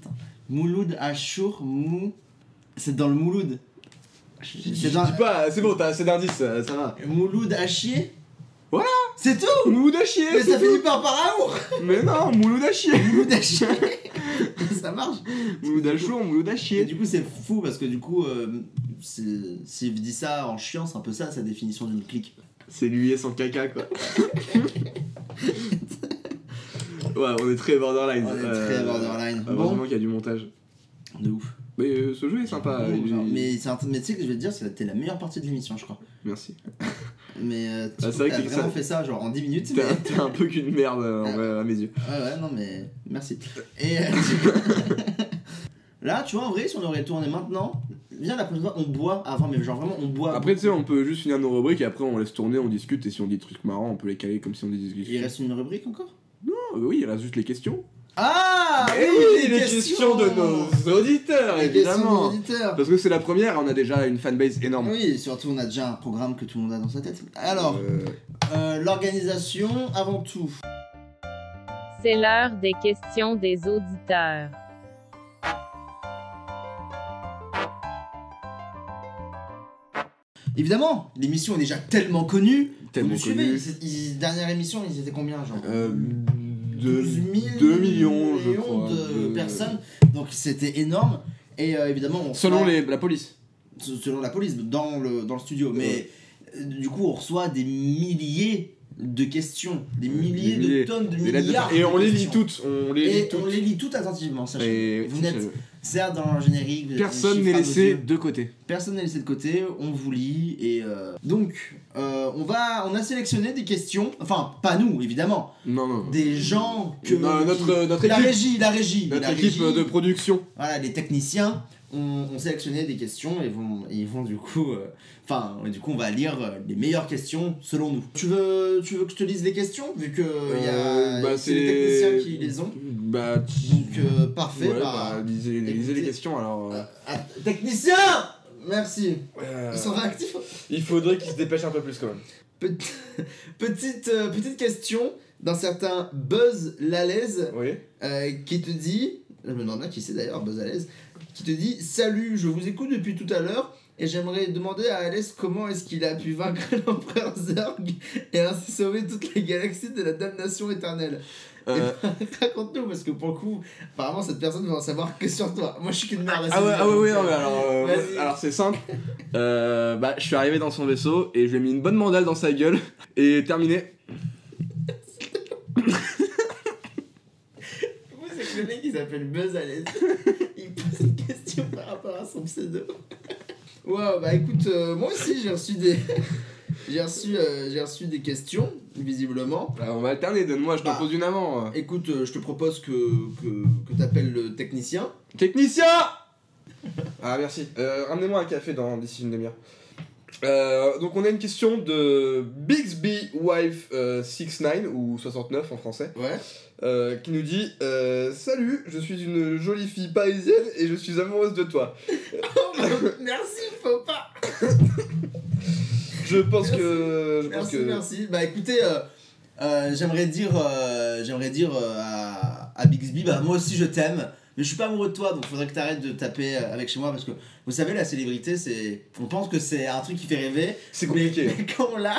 [SPEAKER 2] Attends. Mouloud Achour, Mou. C'est dans le Mouloud. C'est dans.
[SPEAKER 3] Dis pas, c'est bon, t'as assez d'indices, ça, ça va.
[SPEAKER 2] Mouloud à chier
[SPEAKER 3] Voilà.
[SPEAKER 2] C'est tout
[SPEAKER 3] Mouloud à chier
[SPEAKER 2] Mais
[SPEAKER 3] c'est
[SPEAKER 2] ça
[SPEAKER 3] tout.
[SPEAKER 2] finit par par amour
[SPEAKER 3] Mais non, Mouloud à chier
[SPEAKER 2] Mouloud à chier Ça marche
[SPEAKER 3] Mouloud à chaud, Mouloud à
[SPEAKER 2] Et
[SPEAKER 3] chier
[SPEAKER 2] du coup, c'est fou parce que du coup, euh, c'est- s'il dit ça en chiant, c'est un peu ça sa définition d'une clique.
[SPEAKER 3] C'est lui et son caca, quoi. ouais, on est très borderline.
[SPEAKER 2] On est
[SPEAKER 3] euh,
[SPEAKER 2] très borderline.
[SPEAKER 3] Heureusement
[SPEAKER 2] Bon,
[SPEAKER 3] qu'il y a du montage.
[SPEAKER 2] de ouf.
[SPEAKER 3] Mais euh, ce jeu est sympa.
[SPEAKER 2] Bon,
[SPEAKER 3] il-
[SPEAKER 2] genre, mais c'est un truc- mais tu sais que je vais te dire, c'était la meilleure partie de l'émission, je crois.
[SPEAKER 3] Merci.
[SPEAKER 2] Mais euh, tu
[SPEAKER 3] Ah, c'est vrai
[SPEAKER 2] t'as
[SPEAKER 3] que ça-
[SPEAKER 2] vraiment fait ça genre en 10 minutes.
[SPEAKER 3] T'es
[SPEAKER 2] Mais...
[SPEAKER 3] un, t'es un peu qu'une merde euh, en vrai, à mes yeux.
[SPEAKER 2] Ouais, ouais, non, mais merci. Et euh, tu- là, tu vois, en vrai, si on aurait tourné maintenant, viens la prochaine fois, on boit avant, mais genre vraiment, on boit.
[SPEAKER 3] Après, tu sais, on peut juste finir nos rubriques et après on laisse tourner, on discute et si on dit des trucs marrants, on peut les caler comme si on disait des
[SPEAKER 2] il
[SPEAKER 3] discussions.
[SPEAKER 2] reste une rubrique encore
[SPEAKER 3] Ah, oui, il reste juste les questions.
[SPEAKER 2] Ah
[SPEAKER 3] Eh oui, les questions de nos auditeurs,
[SPEAKER 2] Les questions
[SPEAKER 3] évidemment.
[SPEAKER 2] des auditeurs.
[SPEAKER 3] Parce que c'est la première, on a déjà une fanbase énorme.
[SPEAKER 2] Oui, et surtout on a déjà un programme que tout le monde a dans sa tête. Alors,
[SPEAKER 3] Euh,
[SPEAKER 2] euh, l'organisation avant tout.
[SPEAKER 4] C'est l'heure des questions des auditeurs.
[SPEAKER 2] Évidemment, l'émission est déjà tellement connue.
[SPEAKER 3] tellement
[SPEAKER 2] Vous nous suivez,
[SPEAKER 3] connu.
[SPEAKER 2] ils- ils- dernière émission, ils étaient combien genre
[SPEAKER 3] Euh,
[SPEAKER 2] 12 000
[SPEAKER 3] 2 millions, je crois.
[SPEAKER 2] de
[SPEAKER 3] de-
[SPEAKER 2] personnes. Donc c'était énorme. Et euh, évidemment, on
[SPEAKER 3] Selon
[SPEAKER 2] reçoit-
[SPEAKER 3] les, la police.
[SPEAKER 2] se- selon la police dans le, dans le studio. Mais
[SPEAKER 3] Ouais.
[SPEAKER 2] euh, du coup, on reçoit des milliers de questions, des milliers,
[SPEAKER 3] milliers.
[SPEAKER 2] de tonnes, de
[SPEAKER 3] Des lettres de-
[SPEAKER 2] milliards.
[SPEAKER 3] Et on
[SPEAKER 2] de
[SPEAKER 3] les lit
[SPEAKER 2] questions.
[SPEAKER 3] toutes. On les lit
[SPEAKER 2] Et on
[SPEAKER 3] toutes.
[SPEAKER 2] les lit toutes attentivement, sachez.
[SPEAKER 3] Et- euh,
[SPEAKER 2] Vous n'êtes- Certes, dans le générique, vous êtes
[SPEAKER 3] Personne
[SPEAKER 2] des
[SPEAKER 3] n'est
[SPEAKER 2] chiffres
[SPEAKER 3] laissé
[SPEAKER 2] à vos yeux.
[SPEAKER 3] de côté.
[SPEAKER 2] Personne n'est laissé de côté, on vous lit et euh, donc euh, on va, on a sélectionné des questions, enfin pas nous évidemment,
[SPEAKER 3] Non, non.
[SPEAKER 2] des gens que
[SPEAKER 3] Non, notre-
[SPEAKER 2] qui-
[SPEAKER 3] notre
[SPEAKER 2] la
[SPEAKER 3] équipe.
[SPEAKER 2] régie, la régie,
[SPEAKER 3] Notre
[SPEAKER 2] la
[SPEAKER 3] équipe
[SPEAKER 2] régie,
[SPEAKER 3] de production.
[SPEAKER 2] voilà les techniciens ont, ont sélectionné des questions et vont, et ils vont du coup, euh, enfin du coup on va lire euh, les meilleures questions selon nous. Tu veux, tu veux que je te lise les questions vu que il y a
[SPEAKER 3] Euh, bah,
[SPEAKER 2] c'est les techniciens qui les ont,
[SPEAKER 3] Bah, tu-
[SPEAKER 2] donc euh, parfait.
[SPEAKER 3] ouais,
[SPEAKER 2] bah,
[SPEAKER 3] bah, lisez, lisez
[SPEAKER 2] écoutez.
[SPEAKER 3] les questions alors. euh.
[SPEAKER 2] ah, technicien, merci,
[SPEAKER 3] Euh,
[SPEAKER 2] Ah, ils sont réactifs.
[SPEAKER 3] il faudrait qu'ils se dépêchent un peu plus quand même.
[SPEAKER 2] Pe- petite, euh, petite question d'un certain Buzz Lalaise
[SPEAKER 3] Oui.
[SPEAKER 2] euh, qui te dit, je me demande bien qui c'est d'ailleurs Buzz Lalaise, qui te dit Salut, je vous écoute depuis tout à l'heure et j'aimerais demander à Alès comment est-ce qu'il a pu vaincre l'empereur Zerg et ainsi sauver toute la galaxie de la damnation éternelle. Eh ben,
[SPEAKER 3] Euh,
[SPEAKER 2] Raconte-nous parce que pour le coup, apparemment cette personne va en savoir que sur toi. Moi je suis qu'une merde. à
[SPEAKER 3] Ah ouais,
[SPEAKER 2] saisir,
[SPEAKER 3] ah ouais,
[SPEAKER 2] donc,
[SPEAKER 3] ouais, non,
[SPEAKER 2] euh,
[SPEAKER 3] mais alors, euh,
[SPEAKER 2] Vas-y.
[SPEAKER 3] alors c'est simple. Euh, bah, je suis arrivé dans son vaisseau et je lui ai mis une bonne mandale dans sa gueule et terminé.
[SPEAKER 2] Vous, c'est que le mec il s'appelle Buzz Allen. il pose une question par rapport à son pseudo. Waouh, bah écoute, euh, moi aussi j'ai reçu des. j'ai reçu, euh, j'ai reçu des questions, visiblement.
[SPEAKER 3] Bah, on va alterner, donne-moi, je t'en
[SPEAKER 2] Bah.
[SPEAKER 3] pose une avant.
[SPEAKER 2] Écoute, euh, je te propose que, que, que t'appelles le technicien.
[SPEAKER 3] Technicien Ah merci. Euh, Ramenez-moi un café dans d'ici une demi-heure. Euh, donc on a une question de Bixby Wife 69 ou 69 en français
[SPEAKER 2] Ouais.
[SPEAKER 3] euh, qui nous dit euh, Salut, je suis une jolie fille parisienne et je suis amoureuse de toi.
[SPEAKER 2] merci, faut pas.
[SPEAKER 3] Je pense que je pense
[SPEAKER 2] Merci,
[SPEAKER 3] que
[SPEAKER 2] merci. Bah écoutez, euh, euh, j'aimerais dire, euh, j'aimerais dire euh, à, à Bixby, bah moi aussi je t'aime. Mais je suis pas amoureux de toi, donc faudrait que t'arrêtes de taper euh, avec chez moi parce que vous savez la célébrité, c'est, on pense que c'est un truc qui fait rêver,
[SPEAKER 3] c'est
[SPEAKER 2] mais,
[SPEAKER 3] compliqué.
[SPEAKER 2] mais quand on l'a,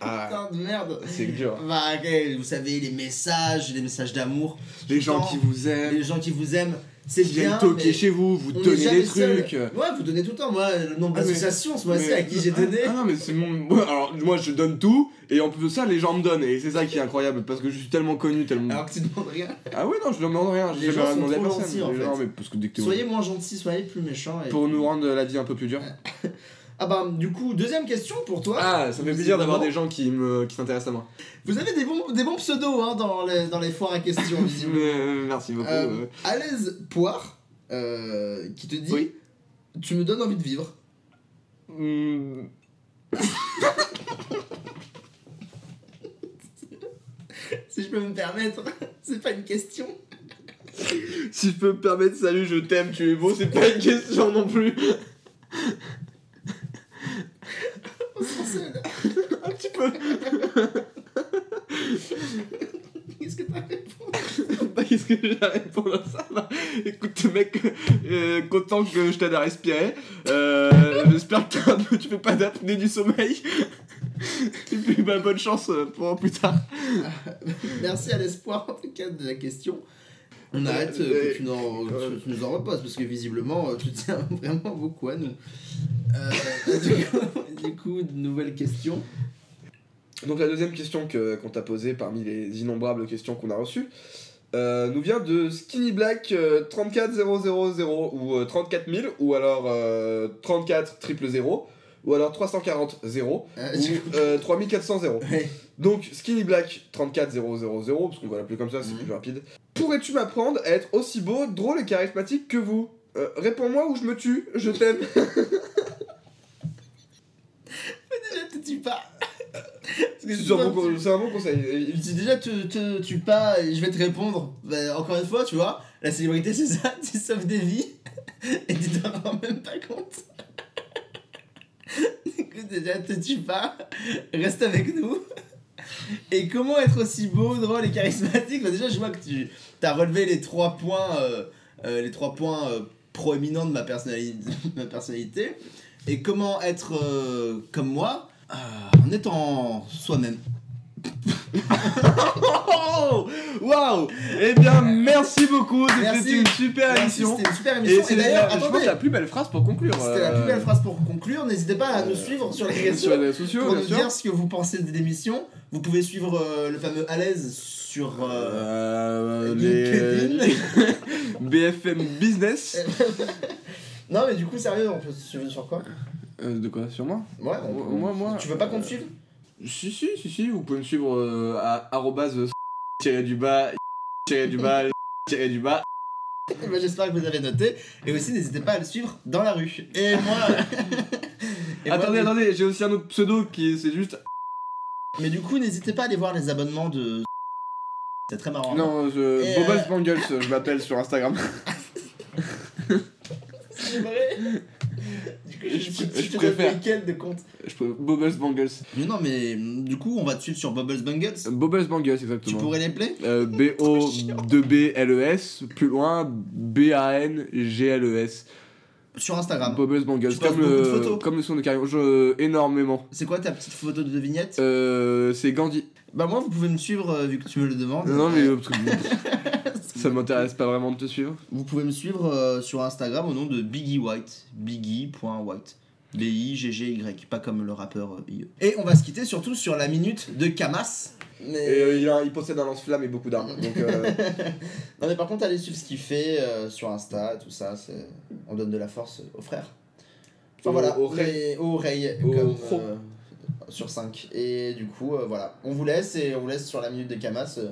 [SPEAKER 3] Ah,
[SPEAKER 2] putain de merde.
[SPEAKER 3] c'est dur.
[SPEAKER 2] Bah, ok, vous savez les messages, les messages d'amour,
[SPEAKER 3] Les gens qui vous aiment,
[SPEAKER 2] les gens qui vous aiment, c'est
[SPEAKER 3] qui viennent
[SPEAKER 2] bien.
[SPEAKER 3] toquer
[SPEAKER 2] mais
[SPEAKER 3] chez vous, vous
[SPEAKER 2] on n'est
[SPEAKER 3] donner
[SPEAKER 2] jamais
[SPEAKER 3] des
[SPEAKER 2] seul.
[SPEAKER 3] trucs.
[SPEAKER 2] Ouais, vous donnez tout le temps. Moi, le nombre
[SPEAKER 3] Ah, mais-
[SPEAKER 2] d'associations ce mois-ci
[SPEAKER 3] Mais-
[SPEAKER 2] à qui j'ai donné.
[SPEAKER 3] Ah, non, mais c'est mon. moi, Alors, moi, je donne tout, et en plus de ça, les gens me donnent, et c'est ça qui est incroyable, parce que je suis tellement connu, tellement.
[SPEAKER 2] Alors que tu demandes rien.
[SPEAKER 3] Ah, oui, non, je demande rien,
[SPEAKER 2] Les gens
[SPEAKER 3] j'ai jamais
[SPEAKER 2] sont
[SPEAKER 3] demandé à
[SPEAKER 2] trop
[SPEAKER 3] personne.
[SPEAKER 2] gentils, en
[SPEAKER 3] Les gens,
[SPEAKER 2] fait.
[SPEAKER 3] mais parce que dès que t'es-
[SPEAKER 2] Soyez moins gentil, soyez plus méchant. Et...
[SPEAKER 3] Pour nous rendre la vie un peu plus dure.
[SPEAKER 2] Ah bah, du coup, deuxième question pour toi.
[SPEAKER 3] Ah, ça me fait plaisir d'avoir des gens qui me qui s'intéressent à moi.
[SPEAKER 2] Vous avez des bons, des bons pseudos hein, dans, les, dans les foires à questions, visiblement.
[SPEAKER 3] Euh, merci beaucoup.
[SPEAKER 2] Euh,
[SPEAKER 3] euh.
[SPEAKER 2] à l'aise Poire, euh, qui te dit
[SPEAKER 3] Oui.
[SPEAKER 2] Tu me donnes envie de vivre.
[SPEAKER 3] Hmm,
[SPEAKER 2] Si je peux me permettre, c'est pas une question.
[SPEAKER 3] si je peux me permettre, salut, je t'aime, tu es beau, c'est pas une question non plus.
[SPEAKER 2] On s'en sait, là.
[SPEAKER 3] Un petit peu.
[SPEAKER 2] Qu'est-ce que t'as répondu
[SPEAKER 3] Bah, Qu'est-ce que j'ai à répondre à ça Bah, Écoute, mec, euh, content que je t'aide à respirer. Euh, J'espère que t'as un peu- tu fais pas d'apnée du sommeil. Et puis, bah, bonne chance euh, pour plus tard.
[SPEAKER 2] Merci à l'espoir en tout cas de la question. On arrête euh, que tu, n'en- que tu nous en reposes parce que visiblement euh, tu tiens vraiment beaucoup à nous. Euh, du, coup, du coup, nouvelle question.
[SPEAKER 3] Donc la deuxième question que- qu'on t'a posée parmi les innombrables questions qu'on a reçues euh, nous vient de Skinny Black euh, 34000 ou euh, 34000 ou alors euh, 34 000 ou alors 340 0
[SPEAKER 2] Euh,
[SPEAKER 3] ou
[SPEAKER 2] du coup-
[SPEAKER 3] euh, 3400 0.
[SPEAKER 2] Ouais.
[SPEAKER 3] Donc Skinny Black 34000 parce qu'on va l'appeler comme ça, c'est
[SPEAKER 2] Mhm.
[SPEAKER 3] plus rapide. Pourrais-tu m'apprendre à être aussi beau, drôle et charismatique que vous Euh, Réponds-moi ou je me tue, je t'aime.
[SPEAKER 2] Déjà te tue pas.
[SPEAKER 3] C'est un, bon con- c'est un bon conseil.
[SPEAKER 2] euh, Si déjà tu te tues pas, et je vais te répondre. Bah, encore une fois, tu vois, la célébrité c'est ça, tu sauves des vies et tu t'en rends même pas compte. Du coup, déjà te tue pas, reste avec nous. Et comment être aussi beau, drôle et charismatique Bah, Déjà, je vois que tu as relevé les trois points, euh, euh, les trois points euh, proéminents de ma personnalité. de ma personnalité. Et comment être euh, comme moi Euh, En étant soi-même.
[SPEAKER 3] Oh Waouh Eh bien, merci beaucoup,
[SPEAKER 2] Merci.
[SPEAKER 3] c'était une super
[SPEAKER 2] Merci,
[SPEAKER 3] émission.
[SPEAKER 2] C'était une super
[SPEAKER 3] Et
[SPEAKER 2] émission.
[SPEAKER 3] c'est
[SPEAKER 2] Et, d'ailleurs,
[SPEAKER 3] la- je pense
[SPEAKER 2] attendez,
[SPEAKER 3] que la plus belle phrase pour conclure.
[SPEAKER 2] c'était la
[SPEAKER 3] euh,
[SPEAKER 2] plus belle phrase pour conclure. N'hésitez pas à
[SPEAKER 3] euh,
[SPEAKER 2] nous suivre sur les réseaux
[SPEAKER 3] sur les réseaux sociaux,
[SPEAKER 2] pour
[SPEAKER 3] bien
[SPEAKER 2] nous
[SPEAKER 3] sûr.
[SPEAKER 2] dire ce que vous pensez de l'émission. Vous pouvez suivre euh, le fameux à l'aise sur euh,
[SPEAKER 3] Euh,
[SPEAKER 2] LinkedIn.
[SPEAKER 3] les... BFM Business.
[SPEAKER 2] non, mais du coup, sérieux, on peut se suivre sur quoi
[SPEAKER 3] Euh, de quoi Sur moi
[SPEAKER 2] Ouais, on
[SPEAKER 3] Moi-
[SPEAKER 2] peut-
[SPEAKER 3] moi- moi,
[SPEAKER 2] Tu veux pas qu'on te
[SPEAKER 3] euh,
[SPEAKER 2] suive
[SPEAKER 3] Si, si, si, si, vous pouvez me suivre euh, à arrobase tiré du bas, tiré du bas, tiré du bas.
[SPEAKER 2] Eh ben, J'espère que vous avez noté. Et aussi, n'hésitez pas à le suivre dans la rue. Et moi. Et moi,
[SPEAKER 3] attendez,
[SPEAKER 2] du-
[SPEAKER 3] attendez, j'ai aussi un autre pseudo qui est- c'est juste.
[SPEAKER 2] Mais du coup, n'hésitez pas à aller voir les abonnements de. C'est très marrant.
[SPEAKER 3] Non,
[SPEAKER 2] Et,
[SPEAKER 3] je...
[SPEAKER 2] euh,
[SPEAKER 3] Bobas Bangles, je m'appelle sur Instagram.
[SPEAKER 2] C'est vrai Du coup, je,
[SPEAKER 3] Je-
[SPEAKER 2] suis-
[SPEAKER 3] je
[SPEAKER 2] suis
[SPEAKER 3] préfère.
[SPEAKER 2] Lequel de compte
[SPEAKER 3] Je peux... Bobas Bangles.
[SPEAKER 2] Mais non, mais mm, du coup, on va te suivre sur Bubbles Bungles.
[SPEAKER 3] Bobas Bangles, exactement.
[SPEAKER 2] Tu pourrais les play
[SPEAKER 3] Euh, B-O-2-B-L-E-S, E plus loin, B-A-N-G-L-E-S.
[SPEAKER 2] sur Instagram.
[SPEAKER 3] Bobbles E Bangles,
[SPEAKER 2] Tu passes
[SPEAKER 3] comme
[SPEAKER 2] beaucoup de
[SPEAKER 3] le,
[SPEAKER 2] photos.
[SPEAKER 3] comme le son de carillon. Je, euh, énormément.
[SPEAKER 2] C'est quoi ta petite photo de vignette
[SPEAKER 3] Euh, c'est Gandhi.
[SPEAKER 2] Bah, moi, vous pouvez me suivre euh, vu que tu me le demandes.
[SPEAKER 3] Non, mais euh, parce que- ça m'intéresse pas vraiment de te suivre.
[SPEAKER 2] Vous pouvez me suivre euh, sur Instagram au nom de Biggie White. Biggie.white. B-I-G-G-Y, pas comme le rappeur euh, IE. Et on va se quitter surtout sur la minute de Kamas. Mais...
[SPEAKER 3] euh, il, possède un lance-flamme et beaucoup d'armes. Donc, euh,
[SPEAKER 2] Non, mais par contre, allez suivre ce qu'il fait euh, sur Insta, tout ça. c'est- On donne de la force aux frères. Enfin
[SPEAKER 3] Aux-
[SPEAKER 2] voilà,
[SPEAKER 3] aux Ray.
[SPEAKER 2] mais- aux Ray,
[SPEAKER 3] Aux
[SPEAKER 2] comme,
[SPEAKER 3] Ro.
[SPEAKER 2] euh, sur 5. Et du coup, euh, voilà. On vous laisse et on vous laisse sur la minute de Kamas. euh,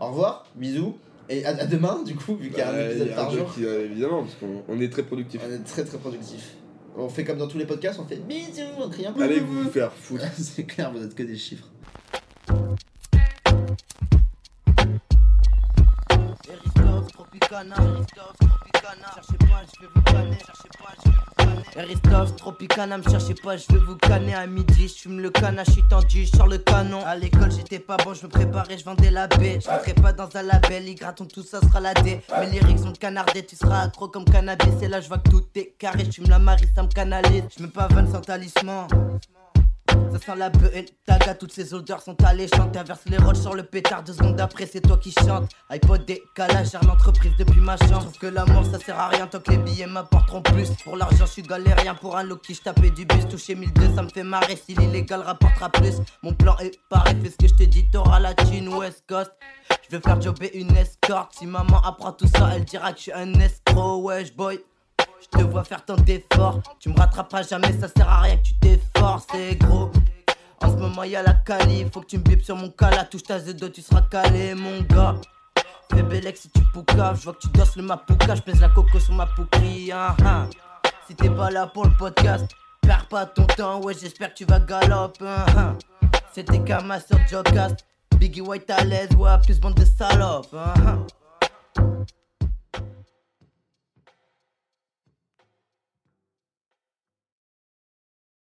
[SPEAKER 2] au revoir, bisous. Et à, à demain, du coup, vu qu'il y
[SPEAKER 3] bah,
[SPEAKER 2] a un épisode par jour.
[SPEAKER 3] euh, évidemment, parce qu'on on est très productif.
[SPEAKER 2] On est très très productif. On fait comme dans tous les podcasts, on fait bisous en criant.
[SPEAKER 3] Allez vous faire foutre.
[SPEAKER 2] C'est clair, vous êtes que des chiffres.
[SPEAKER 8] Eristoff, Tropicana, Eristoff, Tropicana, cherchez pas, je vais vous canner, cherchez pas, je vais vous canner. Eristoff, Tropicana, me cherchez pas, je vais vous canner à midi, je fume le canard, je suis tendu, je sors le canon. À l'école, j'étais pas bon, je me préparais, je vendais la baie. Je rentrais pas dans un label, ils grattent, tout ça sera la D. Mes lyrics sont canardés, tu seras accro comme cannabis, et là je vois que tout est carré, je fume la marie, ça me canalise, je me pavane sans talisman. Ça sent la bœuf et le taga, toutes ces odeurs sont alléchantes. T'inverses les rôles sur le pétard, deux secondes après, c'est toi qui chantes. iPod décalage, gère l'entreprise depuis ma chambre. Sauf que l'amour, ça sert à rien tant que les billets m'apporteront plus. Pour l'argent, je suis galérien. Pour un look qui je tapais du bus, toucher 1200, ça me fait marrer. Si l'illégal rapportera plus, mon plan est pareil. Fais ce que je te dis, t'auras la thune West Coast. Je vais faire jobber une escorte. Si maman apprend tout ça, elle dira que je suis un escroc, wesh boy. Je te vois faire tant d'efforts. Tu me rattraperas jamais, ça sert à rien que tu t'efforces, c'est gros. En ce moment, y'a la cali. Faut que tu me bipes sur mon cas. La touche ta Z2, tu seras calé, mon gars. Fais Belex si tu poucaves. Je vois que tu danses le mapouka. Je pèse la coco sur ma pouquille. hein, hein. Si t'es pas là pour le podcast, perds pas ton temps. Ouais, j'espère que tu vas galoper. hein, hein. C'était Kama sur Jocast. Biggie White à l'aise, ouais, plus bande de salopes. hein, hein.